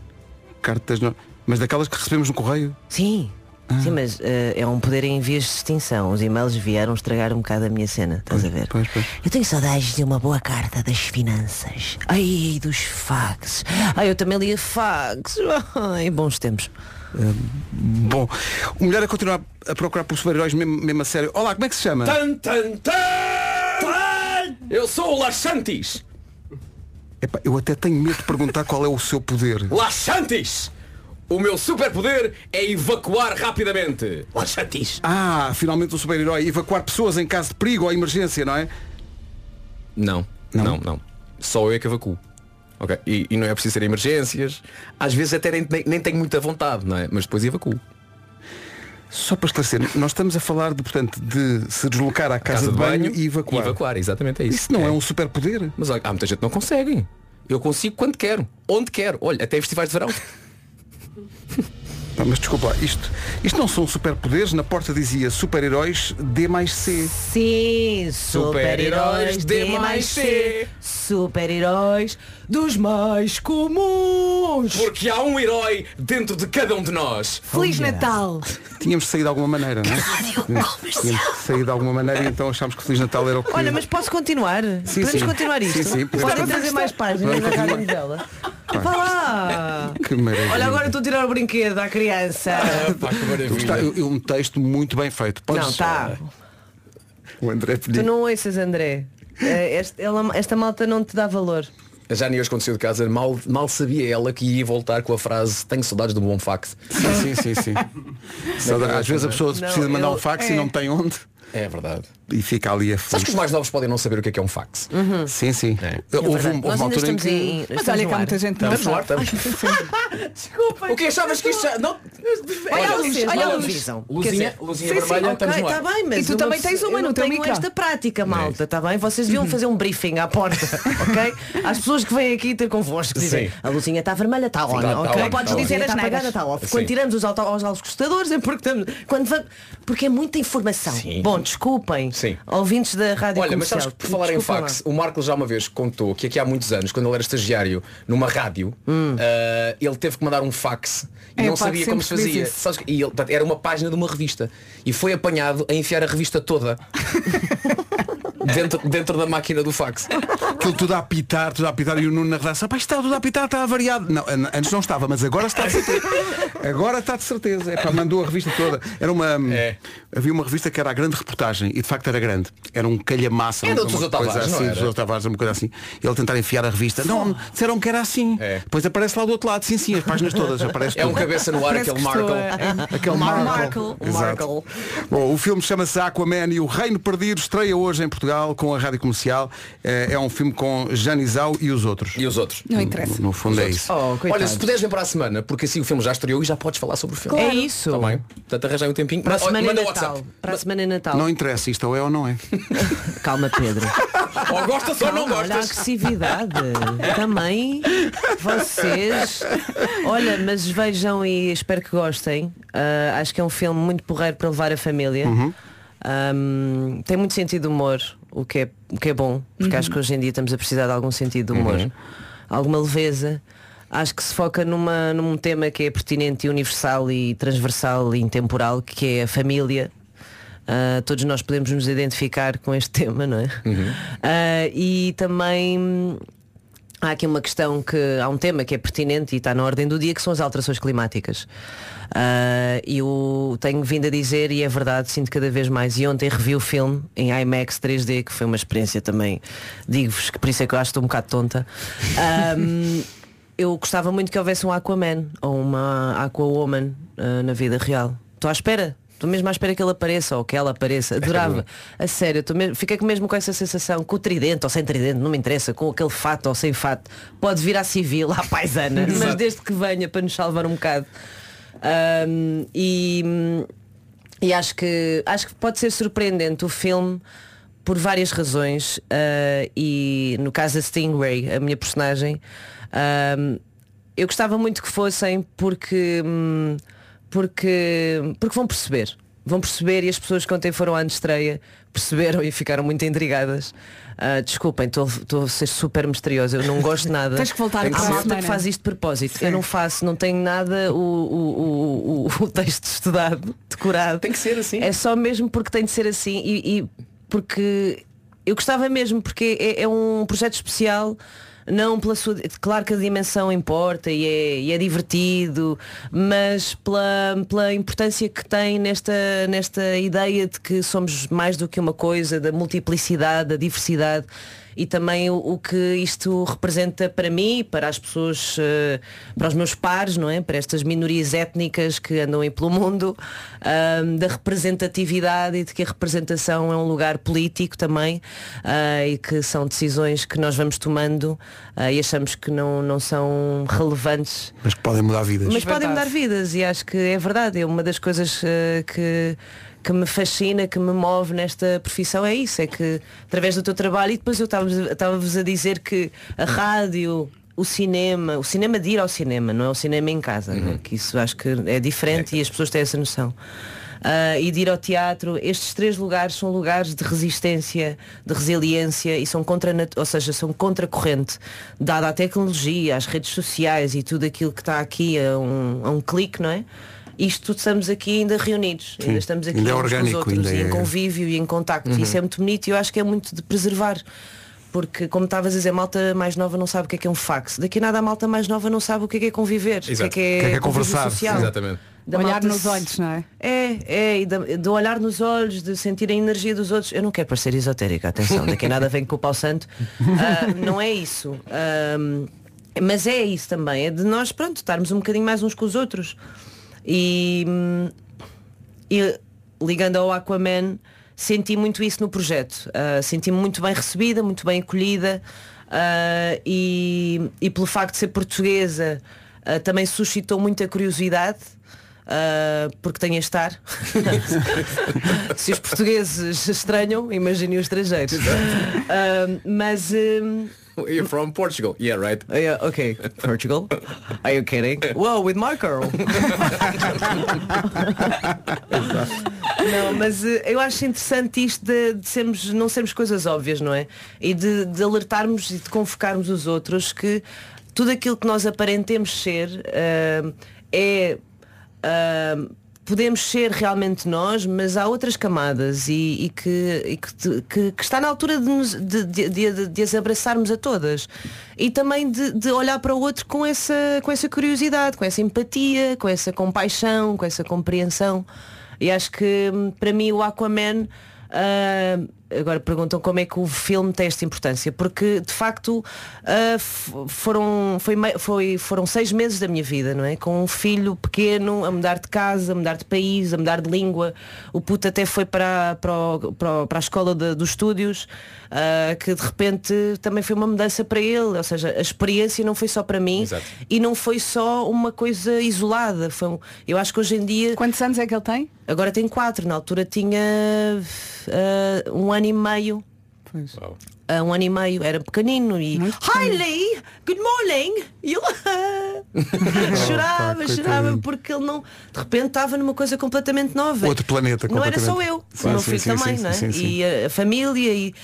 Speaker 2: Cartas não... Mas daquelas que recebemos no correio?
Speaker 15: Sim.
Speaker 3: Ah.
Speaker 15: Sim, mas eh, é um poder em vias de extinção. Os e-mails vieram estragar um bocado a minha cena, estás a ver?
Speaker 2: Pois, pois.
Speaker 15: Eu tenho saudades de uma boa carta das finanças. Ai, dos fax. Ai, eu também lia fax. Ai, bons tempos.
Speaker 2: Bom, o melhor é continuar a procurar por super-heróis mesmo, mesmo a sério. Olá, como é que se chama?
Speaker 6: Tan, tan, tan! Eu sou o Laxantis!
Speaker 2: Epá, eu até tenho medo de perguntar qual é o seu poder.
Speaker 6: Laxantis! O meu superpoder é evacuar rapidamente. Laxantis!
Speaker 2: Ah, finalmente o super-herói evacuar pessoas em caso de perigo ou emergência, não é?
Speaker 6: Não, não, não. Só eu é que evacuo. Ok. E, e não é preciso ser emergências. Às vezes até nem, nem, nem tenho muita vontade, não é? Mas depois evacuo.
Speaker 2: Só para esclarecer, nós estamos a falar de, portanto, de se deslocar à casa, de banho, e evacuar.
Speaker 6: Evacuar, exatamente é isso.
Speaker 2: Isso não é, um superpoder.
Speaker 6: Mas olha, há muita gente que não consegue. Eu consigo quando quero, onde quero. Olha, até festivais de verão.
Speaker 2: Pá, Ah, Mas desculpa, lá, isto, isto não são superpoderes. Na porta dizia super-heróis D mais C.
Speaker 15: Sim,
Speaker 6: super-heróis de mais C.
Speaker 15: Super-heróis dos mais comuns.
Speaker 6: Porque há um herói dentro de cada um de nós.
Speaker 15: Oh,
Speaker 3: Feliz Natal!
Speaker 2: Tínhamos de sair de alguma maneira, não é? Tínhamos de sair de alguma maneira e então achámos que Feliz Natal era o que...
Speaker 15: Olha, mas posso continuar? podemos
Speaker 2: sim.
Speaker 15: continuar isto?
Speaker 2: Sim, sim, podemos.
Speaker 15: Podem trazer mais páginas
Speaker 2: Vamos
Speaker 15: da
Speaker 2: continuar.
Speaker 15: rádio dela. Vá lá!
Speaker 2: Que maravilha.
Speaker 15: Olha, agora estou a tirar o brinquedo à criança.
Speaker 2: Eu gostava- eu- eu- um texto muito bem feito. Podes-
Speaker 15: Não, tá.
Speaker 2: O André
Speaker 15: Tu
Speaker 2: pediu.
Speaker 15: não ouças, André. Eh, este- ela- esta malta não te dá valor.
Speaker 6: A Jani hoje aconteceu de casa, mal, mal sabia ela que ia voltar com a frase tenho saudades do bom fax.
Speaker 2: Sim, sim, sim. Saudades. Às vezes a pessoa precisa mandar um fax e não tem onde.
Speaker 6: É verdade.
Speaker 2: E fica ali a
Speaker 6: Sabes que os mais novos podem não saber o que é que é um fax.
Speaker 2: Hum,
Speaker 15: Uhum.
Speaker 2: Sim, sim.
Speaker 6: É.
Speaker 2: Houve, um- houve uma altura em que.
Speaker 3: Mas olha que há muita gente não
Speaker 6: Estamos no ar,
Speaker 3: sabe.
Speaker 6: estamos.
Speaker 15: Desculpa.
Speaker 6: O que achavas que isto já... Não...
Speaker 15: Olha a luz, olha a luz.
Speaker 6: Luzinha,
Speaker 15: Quer dizer,
Speaker 6: luzinha
Speaker 15: sim, sim, ok,
Speaker 6: vermelha, estamos no ar.
Speaker 15: tá bem, mas
Speaker 3: E tu
Speaker 15: uma
Speaker 3: também
Speaker 15: pessoa-
Speaker 3: tens uma
Speaker 15: eu
Speaker 3: no
Speaker 15: não
Speaker 3: teu
Speaker 15: tenho
Speaker 3: micro.
Speaker 15: esta prática, malta, está bem? Vocês
Speaker 3: Uhum.
Speaker 15: deviam fazer um briefing à porta, ok? Às pessoas que vêm aqui ter convosco, dizem,
Speaker 6: Sim.
Speaker 15: a luzinha está vermelha, está on,
Speaker 6: Sim, tá- tá
Speaker 15: ok?
Speaker 6: on,
Speaker 15: podes
Speaker 6: tá on.
Speaker 15: dizer
Speaker 6: Sim.
Speaker 15: está apagada, está off.
Speaker 6: Sim.
Speaker 15: Quando tiramos os auto, aos gostadores é porque estamos... Quando vamos, porque é muita informação. Bom, desculpem, ouvintes da rádio
Speaker 6: Olha, mas
Speaker 15: comercial.
Speaker 6: sabes que por falar em
Speaker 15: desculpem
Speaker 6: fax,
Speaker 15: lá.
Speaker 6: o Marco já uma vez contou que aqui há muitos anos, quando ele era estagiário numa rádio, eh, ele teve que mandar um fax
Speaker 12: É,
Speaker 6: e não
Speaker 12: pá,
Speaker 6: sabia como se
Speaker 12: sempre
Speaker 6: fazia.
Speaker 12: fiz isso.
Speaker 6: Sabes que- e ele, portanto, era uma página de uma revista e foi apanhado a enfiar a revista toda dentro, dentro da máquina do fax.
Speaker 2: Aquilo tudo a apitar, tudo a apitar e o Nuno na redação, pá, isto está tudo a apitar, está avariado. Não, an- antes não estava, mas agora está de certeza. Agora está de certeza. É, pá, mandou a revista toda. Era uma. hum,
Speaker 6: É.
Speaker 2: Havia uma revista que era a grande reportagem e de facto era grande. Era um calhamaça,
Speaker 6: Era
Speaker 2: uma
Speaker 6: É do Sousa
Speaker 2: coisa
Speaker 6: Tavares, não
Speaker 2: assim,
Speaker 6: era?
Speaker 2: do Sousa Tavares, uma coisa assim. Ele tentar enfiar a revista. Não, disseram que era assim. Depois aparece lá do outro lado, sim, sim, as páginas todas aparece
Speaker 6: É um
Speaker 2: tudo.
Speaker 6: cabeça no ar, Parece aquele que estou Markle. a-
Speaker 2: Aquele
Speaker 6: Mar-
Speaker 2: Markle.
Speaker 6: Markle.
Speaker 2: Exato.
Speaker 6: Markle.
Speaker 2: Bom, o filme chama-se Aquaman e o Reino Perdido estreia hoje em Portugal com a Rádio Comercial. Eh, É um filme com Janizal e os outros.
Speaker 6: E os outros.
Speaker 3: Não interessa.
Speaker 2: No fundo é isso.
Speaker 15: Oh,
Speaker 6: Olha, se puderes vir para a semana, porque assim o filme já estreou e já podes falar sobre o filme.
Speaker 15: Claro. É isso.
Speaker 6: Tá bem. Portanto, arranjai um tempinho.
Speaker 15: Para a
Speaker 6: Mas, olha,
Speaker 15: semana é
Speaker 6: manda
Speaker 15: Natal.
Speaker 6: WhatsApp.
Speaker 15: Para a semana é Natal.
Speaker 2: Não interessa, isto ou é ou não é.
Speaker 15: Calma, Pedro.
Speaker 6: Ou gostas ou não
Speaker 15: Calma, Olha a
Speaker 6: gostas.
Speaker 15: agressividade. Também vocês. Olha, mas vejam e espero que gostem. Ah, acho que é um filme muito porreiro para levar a família. Ahm, tem muito sentido de humor, o que é, o que é bom, porque
Speaker 16: Uhum.
Speaker 15: acho que hoje em dia estamos a precisar de algum sentido de humor.
Speaker 16: Uhum.
Speaker 15: Alguma leveza. Acho que se foca numa, num tema que é pertinente e universal e transversal e intemporal, que é a família. Ah, todos nós podemos nos identificar com este tema, não é? Ah, e também hum, há aqui uma questão que há um tema que é pertinente e está na ordem do dia que são as alterações climáticas. Ah, E eu tenho vindo a dizer e é verdade, sinto cada vez mais. E ontem revi o filme em IMAX 3D, que foi uma experiência também. Digo-vos que por isso é que eu acho que estou um bocado tonta. Ahm, eu gostava muito que houvesse um Aquaman ou uma Aquawoman ah, na vida real. Estou à espera. Estou mesmo à espera que ele apareça ou que ela apareça. Adorava. A sério, eu tô mesmo, fiquei com- mesmo com essa sensação, com o tridente ou sem tridente, não me interessa, com aquele fato ou sem fato. Pode vir à civil, à paisana, mas
Speaker 16: Exato.
Speaker 15: desde que venha para nos salvar um bocado. Ahm, e, e acho que, acho que pode ser surpreendente o filme por várias razões. ah, e no caso da Stingray, a minha ah, personagem, ahm, eu gostava muito que fossem porque, hum, porque, porque vão perceber. Vão perceber e as pessoas que ontem foram à estreia perceberam e ficaram muito intrigadas. Ah, desculpem, estou estou a ser super misteriosa, eu não gosto nada.
Speaker 3: Tens que voltar
Speaker 15: Há
Speaker 3: para a
Speaker 15: malta
Speaker 3: semana.
Speaker 15: que faz isto de propósito. Eu não faço, não tenho nada o, o, o, o- o texto estudado, decorado. Tem
Speaker 6: que ser assim.
Speaker 15: É só mesmo porque tem de ser assim e, e porque eu gostava mesmo, porque é, é um projeto especial. Não pela sua. Claro que a dimensão importa e é, e é divertido, mas pela, pela importância que tem nesta, nesta ideia de que somos mais do que uma coisa, da multiplicidade, da diversidade e também o, o que isto representa para mim, para as pessoas, eh, para os meus pares, não é? Para estas minorias étnicas que andam aí pelo mundo, ahm, da representatividade e de que a representação é um lugar político também ah, e que são decisões que nós vamos tomando ah, e achamos que não, não são relevantes
Speaker 2: Mas que podem mudar vidas.
Speaker 15: mas podem mudar vidas e acho que é verdade. É uma das coisas eh, que, que me fascina, que me move nesta profissão é isso, é que através do teu trabalho e depois eu estava- estava-vos a dizer que a rádio, o cinema, o cinema de ir ao cinema, não é o cinema em casa, né? que isso acho que é diferente e as pessoas têm essa noção. Ah, e de ir ao teatro, estes três lugares são lugares de resistência, de resiliência e são contra, nat- ou seja, são contracorrente, dada a tecnologia, as redes sociais e tudo aquilo que está aqui a um, a um clique, não é? Isto tudo estamos aqui ainda reunidos,
Speaker 2: Sim,
Speaker 15: ainda estamos aqui
Speaker 2: ainda é
Speaker 15: uns com os
Speaker 2: orgânico,
Speaker 15: outros,
Speaker 2: ainda
Speaker 15: e em
Speaker 2: é-
Speaker 15: convívio e em contacto.
Speaker 2: Uhum.
Speaker 15: Isso é muito bonito e eu acho que é muito de preservar. Porque, como estavas a dizer, a malta mais nova não sabe o que é que é um fax. Daqui a nada a malta mais nova não sabe o que é que é conviver, o que é
Speaker 6: Exato.
Speaker 15: que é,
Speaker 6: O que é que
Speaker 15: convívio
Speaker 6: é conversar?
Speaker 15: social.
Speaker 6: Exatamente.
Speaker 15: da
Speaker 3: Olhar
Speaker 15: malta
Speaker 3: nos
Speaker 15: se-
Speaker 3: olhos, não é?
Speaker 15: É, é, e da- do olhar nos olhos, de sentir a energia dos outros. Eu não quero parecer esotérica, atenção, daqui a nada vem com o pau santo. Ah, não é isso. Ahm, mas é isso também, é de nós, pronto, estarmos um bocadinho mais uns com os outros. E, hum, e ligando ao Aquaman, senti muito isso no projeto. Ah, Senti-me muito bem recebida, muito bem acolhida ah, e, e pelo facto de ser portuguesa ah, também suscitou muita curiosidade. ah, porque tenho a estar se os portugueses estranham imaginem os estrangeiros Ah, mas hum,
Speaker 6: You're from Portugal. Yeah, right.
Speaker 15: Yeah, okay. Portugal. Are you kidding? Well, with my girl. Não, mas eh, eu acho interessante isto de, de sermos, não sermos coisas óbvias, não é? E de, de alertarmos e de convocarmos os outros que tudo aquilo que nós aparentemos ser eh, é. eh, podemos ser realmente nós, mas há outras camadas e, e que, e que te- que- que está na altura de, nos- de- de- de- de as abraçarmos a todas. E também de, de olhar para o outro com essa, com essa curiosidade, com essa empatia, com essa compaixão, com essa compreensão. E acho que hum, para mim o Aquaman ah, agora perguntam como é que o filme tem esta importância porque de facto ah, f- foram foi, mei- foi- foram seis meses da minha vida não é com um filho pequeno a mudar de casa a mudar de país a mudar de língua o puto até foi para para, o- para, o- para a escola de- dos estúdios ah, que de repente também foi uma mudança para ele ou seja a experiência não foi só para mim e não foi só uma coisa isolada foi um- eu acho que hoje em dia
Speaker 3: quantos anos é que ele tem
Speaker 15: Agora tem quatro, na altura tinha ah, um ano e meio. Ah, um ano e meio, era pequenino e. Hi Lee, good morning! E ele chorava,
Speaker 2: Oh, coitadinho.
Speaker 15: chorava, porque ele não. De repente estava numa coisa completamente nova.
Speaker 2: Outro planeta,
Speaker 15: Não era só
Speaker 2: completamente.
Speaker 15: eu,
Speaker 2: Sim,
Speaker 15: o meu
Speaker 2: sim,
Speaker 15: filho
Speaker 2: sim,
Speaker 15: também,
Speaker 2: sim,
Speaker 15: não é?
Speaker 2: sim, sim.
Speaker 15: E a, a família e.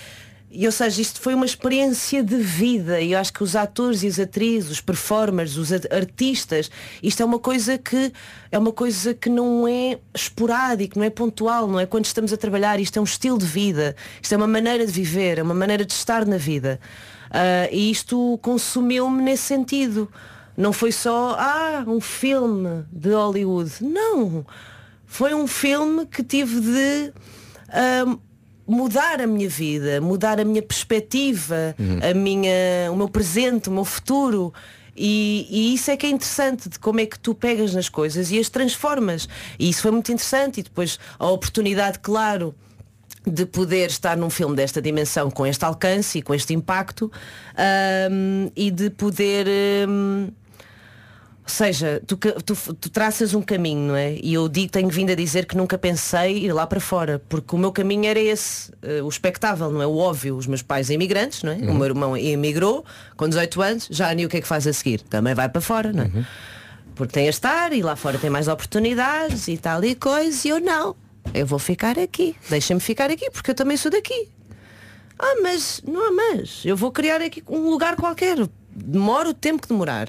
Speaker 15: E, ou seja, isto foi uma experiência de vida e eu acho que os atores e as atrizes, os performers, os a- artistas, isto é uma coisa que é uma coisa que não é esporádico, não é pontual, não é quando estamos a trabalhar, isto é um estilo de vida, isto é uma maneira de viver, é uma maneira de estar na vida. Ah, e isto consumiu-me nesse sentido. Não foi só, ah, um filme de Hollywood. Não. Foi um filme que tive de ah, mudar a minha vida, mudar a minha perspectiva,
Speaker 9: Uhum.
Speaker 15: a minha, o meu presente, o meu futuro. E, e isso é que é interessante de como é que tu pegas nas coisas e as transformas. E isso foi muito interessante. E depois a oportunidade, claro, de poder estar num filme desta dimensão com este alcance e com este impacto hum, e de poder hum, ou seja, tu, ca- tu, f- tu traças um caminho, não é? E eu digo, tenho vindo a dizer que nunca pensei ir lá para fora, porque o meu caminho era esse, eh, o espectável, não é? O óbvio, os meus pais imigrantes, não é? O meu irmão emigrou com 18 anos, já nem o que é que faz a seguir, também vai para fora, não é? Porque tem a estar e lá fora tem mais oportunidades e tal e coisa, e eu não, eu vou ficar aqui, deixa-me ficar aqui, porque eu também sou daqui. Ah, mas não há mas. Eu vou criar aqui um lugar qualquer. Demora o tempo que demorar.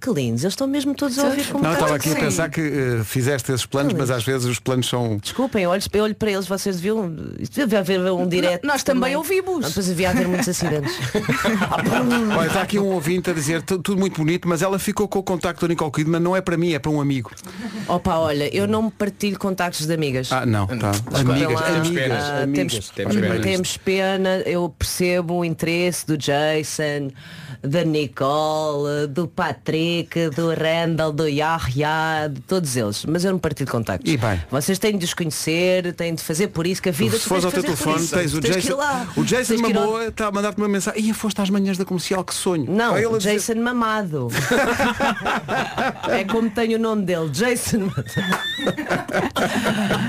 Speaker 15: Que lindos, eles estão mesmo todos a ouvir como
Speaker 2: Então, Não, eu estava
Speaker 15: está.
Speaker 2: aqui a pensar que eh, fizeste esses planos, mas às vezes os planos são.
Speaker 15: Desculpem, eu olho, eu olho para eles, vocês deviam. Isto devia haver um direto. Nós também, ouvimos. Ah, pois havia haver muitos acidentes.
Speaker 2: Olha, está aqui um ouvinte a dizer "Tu- tudo muito bonito, mas ela ficou com o contacto do Nicole Kidman, não é para mim, é para um amigo.
Speaker 15: Opa, olha, eu não partilho contactos de amigas.
Speaker 2: Ah, não, tá. Amigas,
Speaker 15: Então,
Speaker 2: amigas,
Speaker 15: ah,
Speaker 2: amigas.
Speaker 15: Temos, temos pena, eu percebo o interesse do Jason, da Nicole, do Patrick, do Randall, do Yahya, de todos eles. Mas eu não partilho contactos. Vocês têm de os conhecer, têm de fazer por isso que a vida
Speaker 2: Se
Speaker 15: tu
Speaker 2: fores
Speaker 15: tens
Speaker 2: ao
Speaker 15: de
Speaker 2: teu
Speaker 15: fazer por
Speaker 2: telefone,
Speaker 15: isso.
Speaker 2: tens o
Speaker 15: que ir
Speaker 2: Jason.
Speaker 15: lá.
Speaker 2: O Jason
Speaker 15: Tens que ir ao-
Speaker 2: Mamoa está a mandar-te uma mensagem. Ia, foste às manhãs da comercial, que sonho.
Speaker 15: Não,
Speaker 2: Olha ele a
Speaker 15: Jason
Speaker 2: dizer-
Speaker 15: Mamado. é como tem o nome dele, Jason.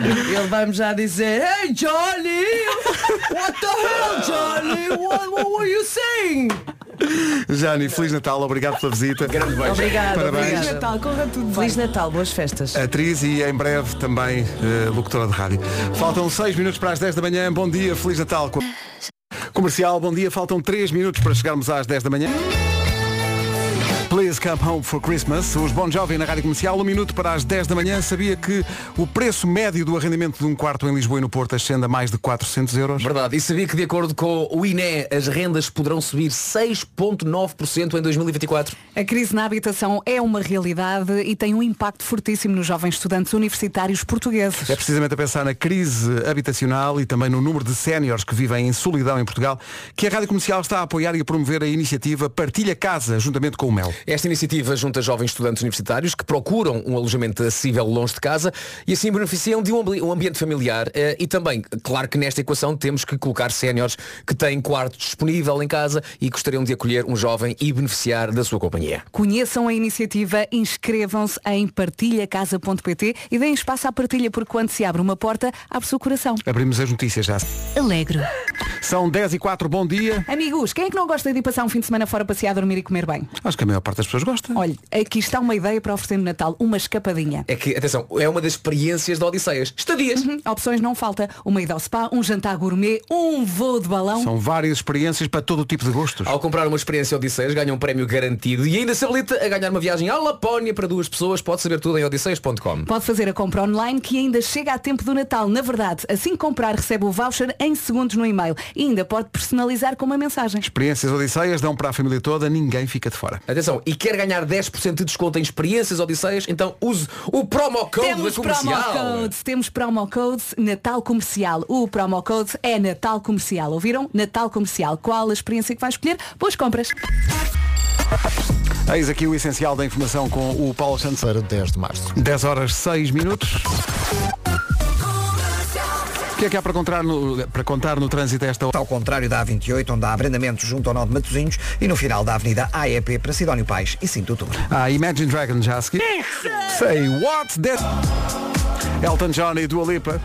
Speaker 15: Ele vai-me já dizer, Hey Johnny! What the hell, Johnny? What, what were you saying?
Speaker 2: Jani, Feliz Natal, obrigado pela visita. Grande
Speaker 15: Obrigada,
Speaker 2: Parabéns.
Speaker 15: obrigada. É Natal, corra tudo Feliz Natal, boas festas.
Speaker 2: Atriz e em breve também eh, locutora de rádio. Faltam 6 minutos para as 10 da manhã. Bom dia, Feliz Natal. Com- Comercial, bom dia. Faltam 3 minutos para chegarmos às 10 da manhã. Please Come Home for Christmas. Os Bom Jovem na Rádio Comercial, um minuto para as 10 da manhã. Sabia que o preço médio do arrendamento de um quarto em Lisboa e no Porto ascende a mais de 400 euros?
Speaker 6: Verdade. E sabia que, de acordo com o INE, as rendas poderão subir 6,9% em 2024?
Speaker 3: A crise na habitação é uma realidade e tem um impacto fortíssimo nos jovens estudantes universitários portugueses.
Speaker 2: É precisamente a pensar na crise habitacional e também no número de séniores que vivem em solidão em Portugal que a Rádio Comercial está a apoiar e a promover a iniciativa Partilha Casa, juntamente com o Mel.
Speaker 6: Esta iniciativa junta jovens estudantes universitários que procuram um alojamento acessível longe de casa e assim beneficiam de um ambi- um ambiente familiar eh, e também, claro que nesta equação temos que colocar séniores que têm quarto disponível em casa e gostariam de acolher um jovem e beneficiar da sua companhia.
Speaker 3: Conheçam a iniciativa, inscrevam-se em partilhacasa.pt e deem espaço à partilha, porque quando se abre uma porta, abre-se o coração.
Speaker 2: Abrimos as notícias já.
Speaker 3: Alegro.
Speaker 2: São 10 e 4, bom dia.
Speaker 3: Amigos, quem é que não gosta de ir passar um fim de semana fora passear, dormir e comer bem?
Speaker 2: Acho que a maior parte das pessoas gosta.
Speaker 3: Olha, aqui está uma ideia para oferecer no Natal, uma escapadinha.
Speaker 6: É que, atenção, é uma das experiências da Odisseias. Estadias.
Speaker 3: Uhum.
Speaker 2: É.
Speaker 3: opções não falta. Uma ida ao spa, um jantar gourmet, um voo de balão.
Speaker 2: São várias experiências para todo o tipo de gostos.
Speaker 6: Ao comprar uma experiência Odisseias, ganha um prémio garantido e ainda se habilita a ganhar uma viagem à Lapónia para duas pessoas. Pode saber tudo em odisseias.com.
Speaker 3: Pode fazer a compra online que ainda chega a tempo do Natal. Na verdade, assim que comprar, recebe o voucher em segundos no e-mail. E ainda pode personalizar com uma mensagem.
Speaker 2: Experiências Odisseias dão para a família toda, ninguém fica de fora.
Speaker 6: Atenção, e quer ganhar 10% de desconto em experiências Odisseias? Então use o promo code
Speaker 3: Temos
Speaker 6: da comercial.
Speaker 3: promocodes, temos promocodes Natal Comercial. O promocode é Natal Comercial. Ouviram? Natal Comercial. Qual a experiência que vai escolher? Boas compras.
Speaker 2: Eis aqui o essencial da informação com o Paulo Santos. Para 10 de março. 10 horas 6 minutos. O que é que há para contar no, para contar no trânsito a esta hora?
Speaker 4: Ao contrário da A28, onde há abrandamento junto ao nó de Matosinhos e no final da Avenida AEP para Sidónio Pais e Cinto Tour.
Speaker 2: Ah, Imagine Dragons já a seguir. Say what? That... Elton John e Dua Lipa.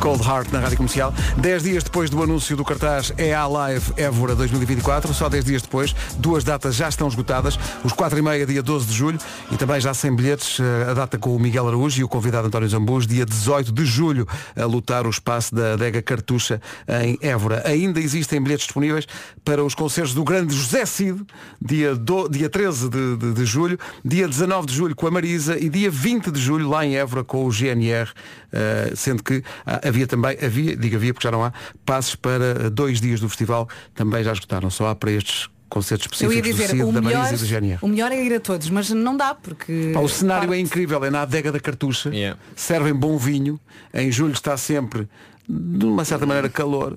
Speaker 2: Cold Heart na Rádio Comercial. Dez dias depois do anúncio do cartaz EA Live Évora 2024, só dez dias depois, duas datas já estão esgotadas, os 4 e meia, dia 12 de julho, e também já sem bilhetes, eh, a data com o Miguel Araújo e o convidado António Zambus, dia 18 de julho, a lutar o espaço da adega Cartucha em Évora. Ainda existem bilhetes disponíveis para os concertos do grande José Cid, dia, do, dia 13 de, de- de julho, dia 19 de julho com a Marisa e dia 20 de julho lá em Évora com o GNR, eh, sendo que ah, havia também, havia, digo havia porque já não há, passos para eh, dois dias do festival, também já esgotaram, só há para estes concertos
Speaker 3: Eu
Speaker 2: específicos
Speaker 3: ia
Speaker 2: do
Speaker 3: dizer,
Speaker 2: Cid,
Speaker 3: o
Speaker 2: da
Speaker 3: melhor,
Speaker 2: Marisa e do GNR.
Speaker 3: o melhor é ir a todos, mas não dá porque.
Speaker 2: Pá, o cenário é incrível, é na adega da cartucha, servem bom vinho, em julho está sempre, de uma certa maneira, calor.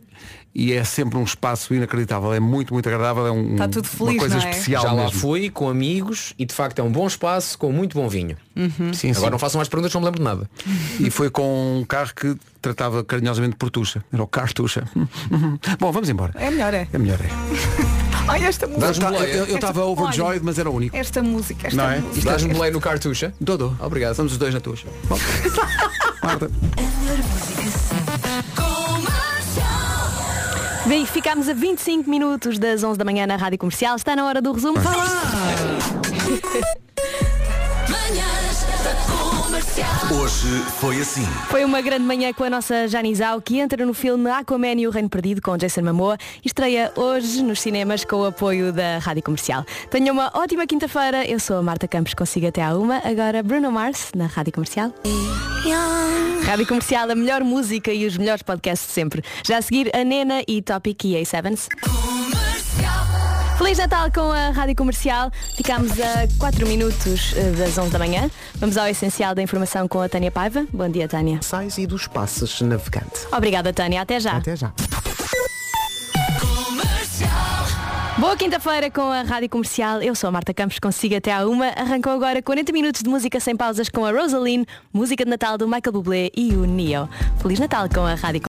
Speaker 2: E é sempre um espaço inacreditável, é muito, muito agradável, é um,
Speaker 3: Está tudo feliz,
Speaker 2: uma coisa
Speaker 3: não é?
Speaker 2: especial.
Speaker 6: Já lá
Speaker 2: mesmo.
Speaker 6: fui com amigos e de facto é um bom espaço com muito bom vinho.
Speaker 3: Uhum.
Speaker 2: Sim,
Speaker 6: Agora
Speaker 2: sim.
Speaker 6: não façam mais perguntas, não me lembro de nada.
Speaker 2: E foi com um carro que tratava carinhosamente por Tuxa. Era o Cartuxa. Bom, vamos embora.
Speaker 3: É melhor, é.
Speaker 2: É melhor, é.
Speaker 3: Olha esta música.
Speaker 2: Dás-me boleia. Eu- eu- eu estava
Speaker 3: Esta-
Speaker 2: overjoyed,
Speaker 3: É olha,
Speaker 2: mas era único.
Speaker 3: Esta música, esta
Speaker 2: Não é?
Speaker 3: música.
Speaker 6: Dás-me play um no cartucha?
Speaker 2: Dodô.
Speaker 6: Obrigado.
Speaker 2: Somos os dois na tuxa. Bom. Marta.
Speaker 16: Bem, ficámos a 25 minutos das 11 da manhã na Rádio Comercial. Está na hora do resumo. Vá lá!
Speaker 13: Hoje foi assim.
Speaker 16: Foi uma grande manhã com a nossa Janizal, que entra no filme Aquaman e o Reino Perdido com Jason Momoa e estreia hoje nos cinemas com o apoio da Rádio Comercial. Tenha uma ótima quinta-feira. Eu sou a Marta Campos, consigo até à uma. Agora Bruno Mars na Rádio Comercial. Rádio Comercial, a melhor música e os melhores podcasts de sempre. Já a seguir, a Nena e Topic e A7s. Feliz Natal com a Rádio Comercial. Ficámos a 4 minutos eh, das 11 da manhã. Vamos ao essencial da informação com a Tânia Paiva. Bom dia, Tânia.
Speaker 17: Sais e dos passos navegante.
Speaker 16: Obrigada, Tânia. Até
Speaker 8: Tá.
Speaker 16: já.
Speaker 17: Até já.
Speaker 16: Boa quinta-feira com a Rádio Comercial. Eu sou a Marta Campos, consigo até à uma. Arrancou agora 40 minutos de música sem pausas com a Rosaline, música de Natal do Michael Bublé e o Neo. Feliz Natal com a Rádio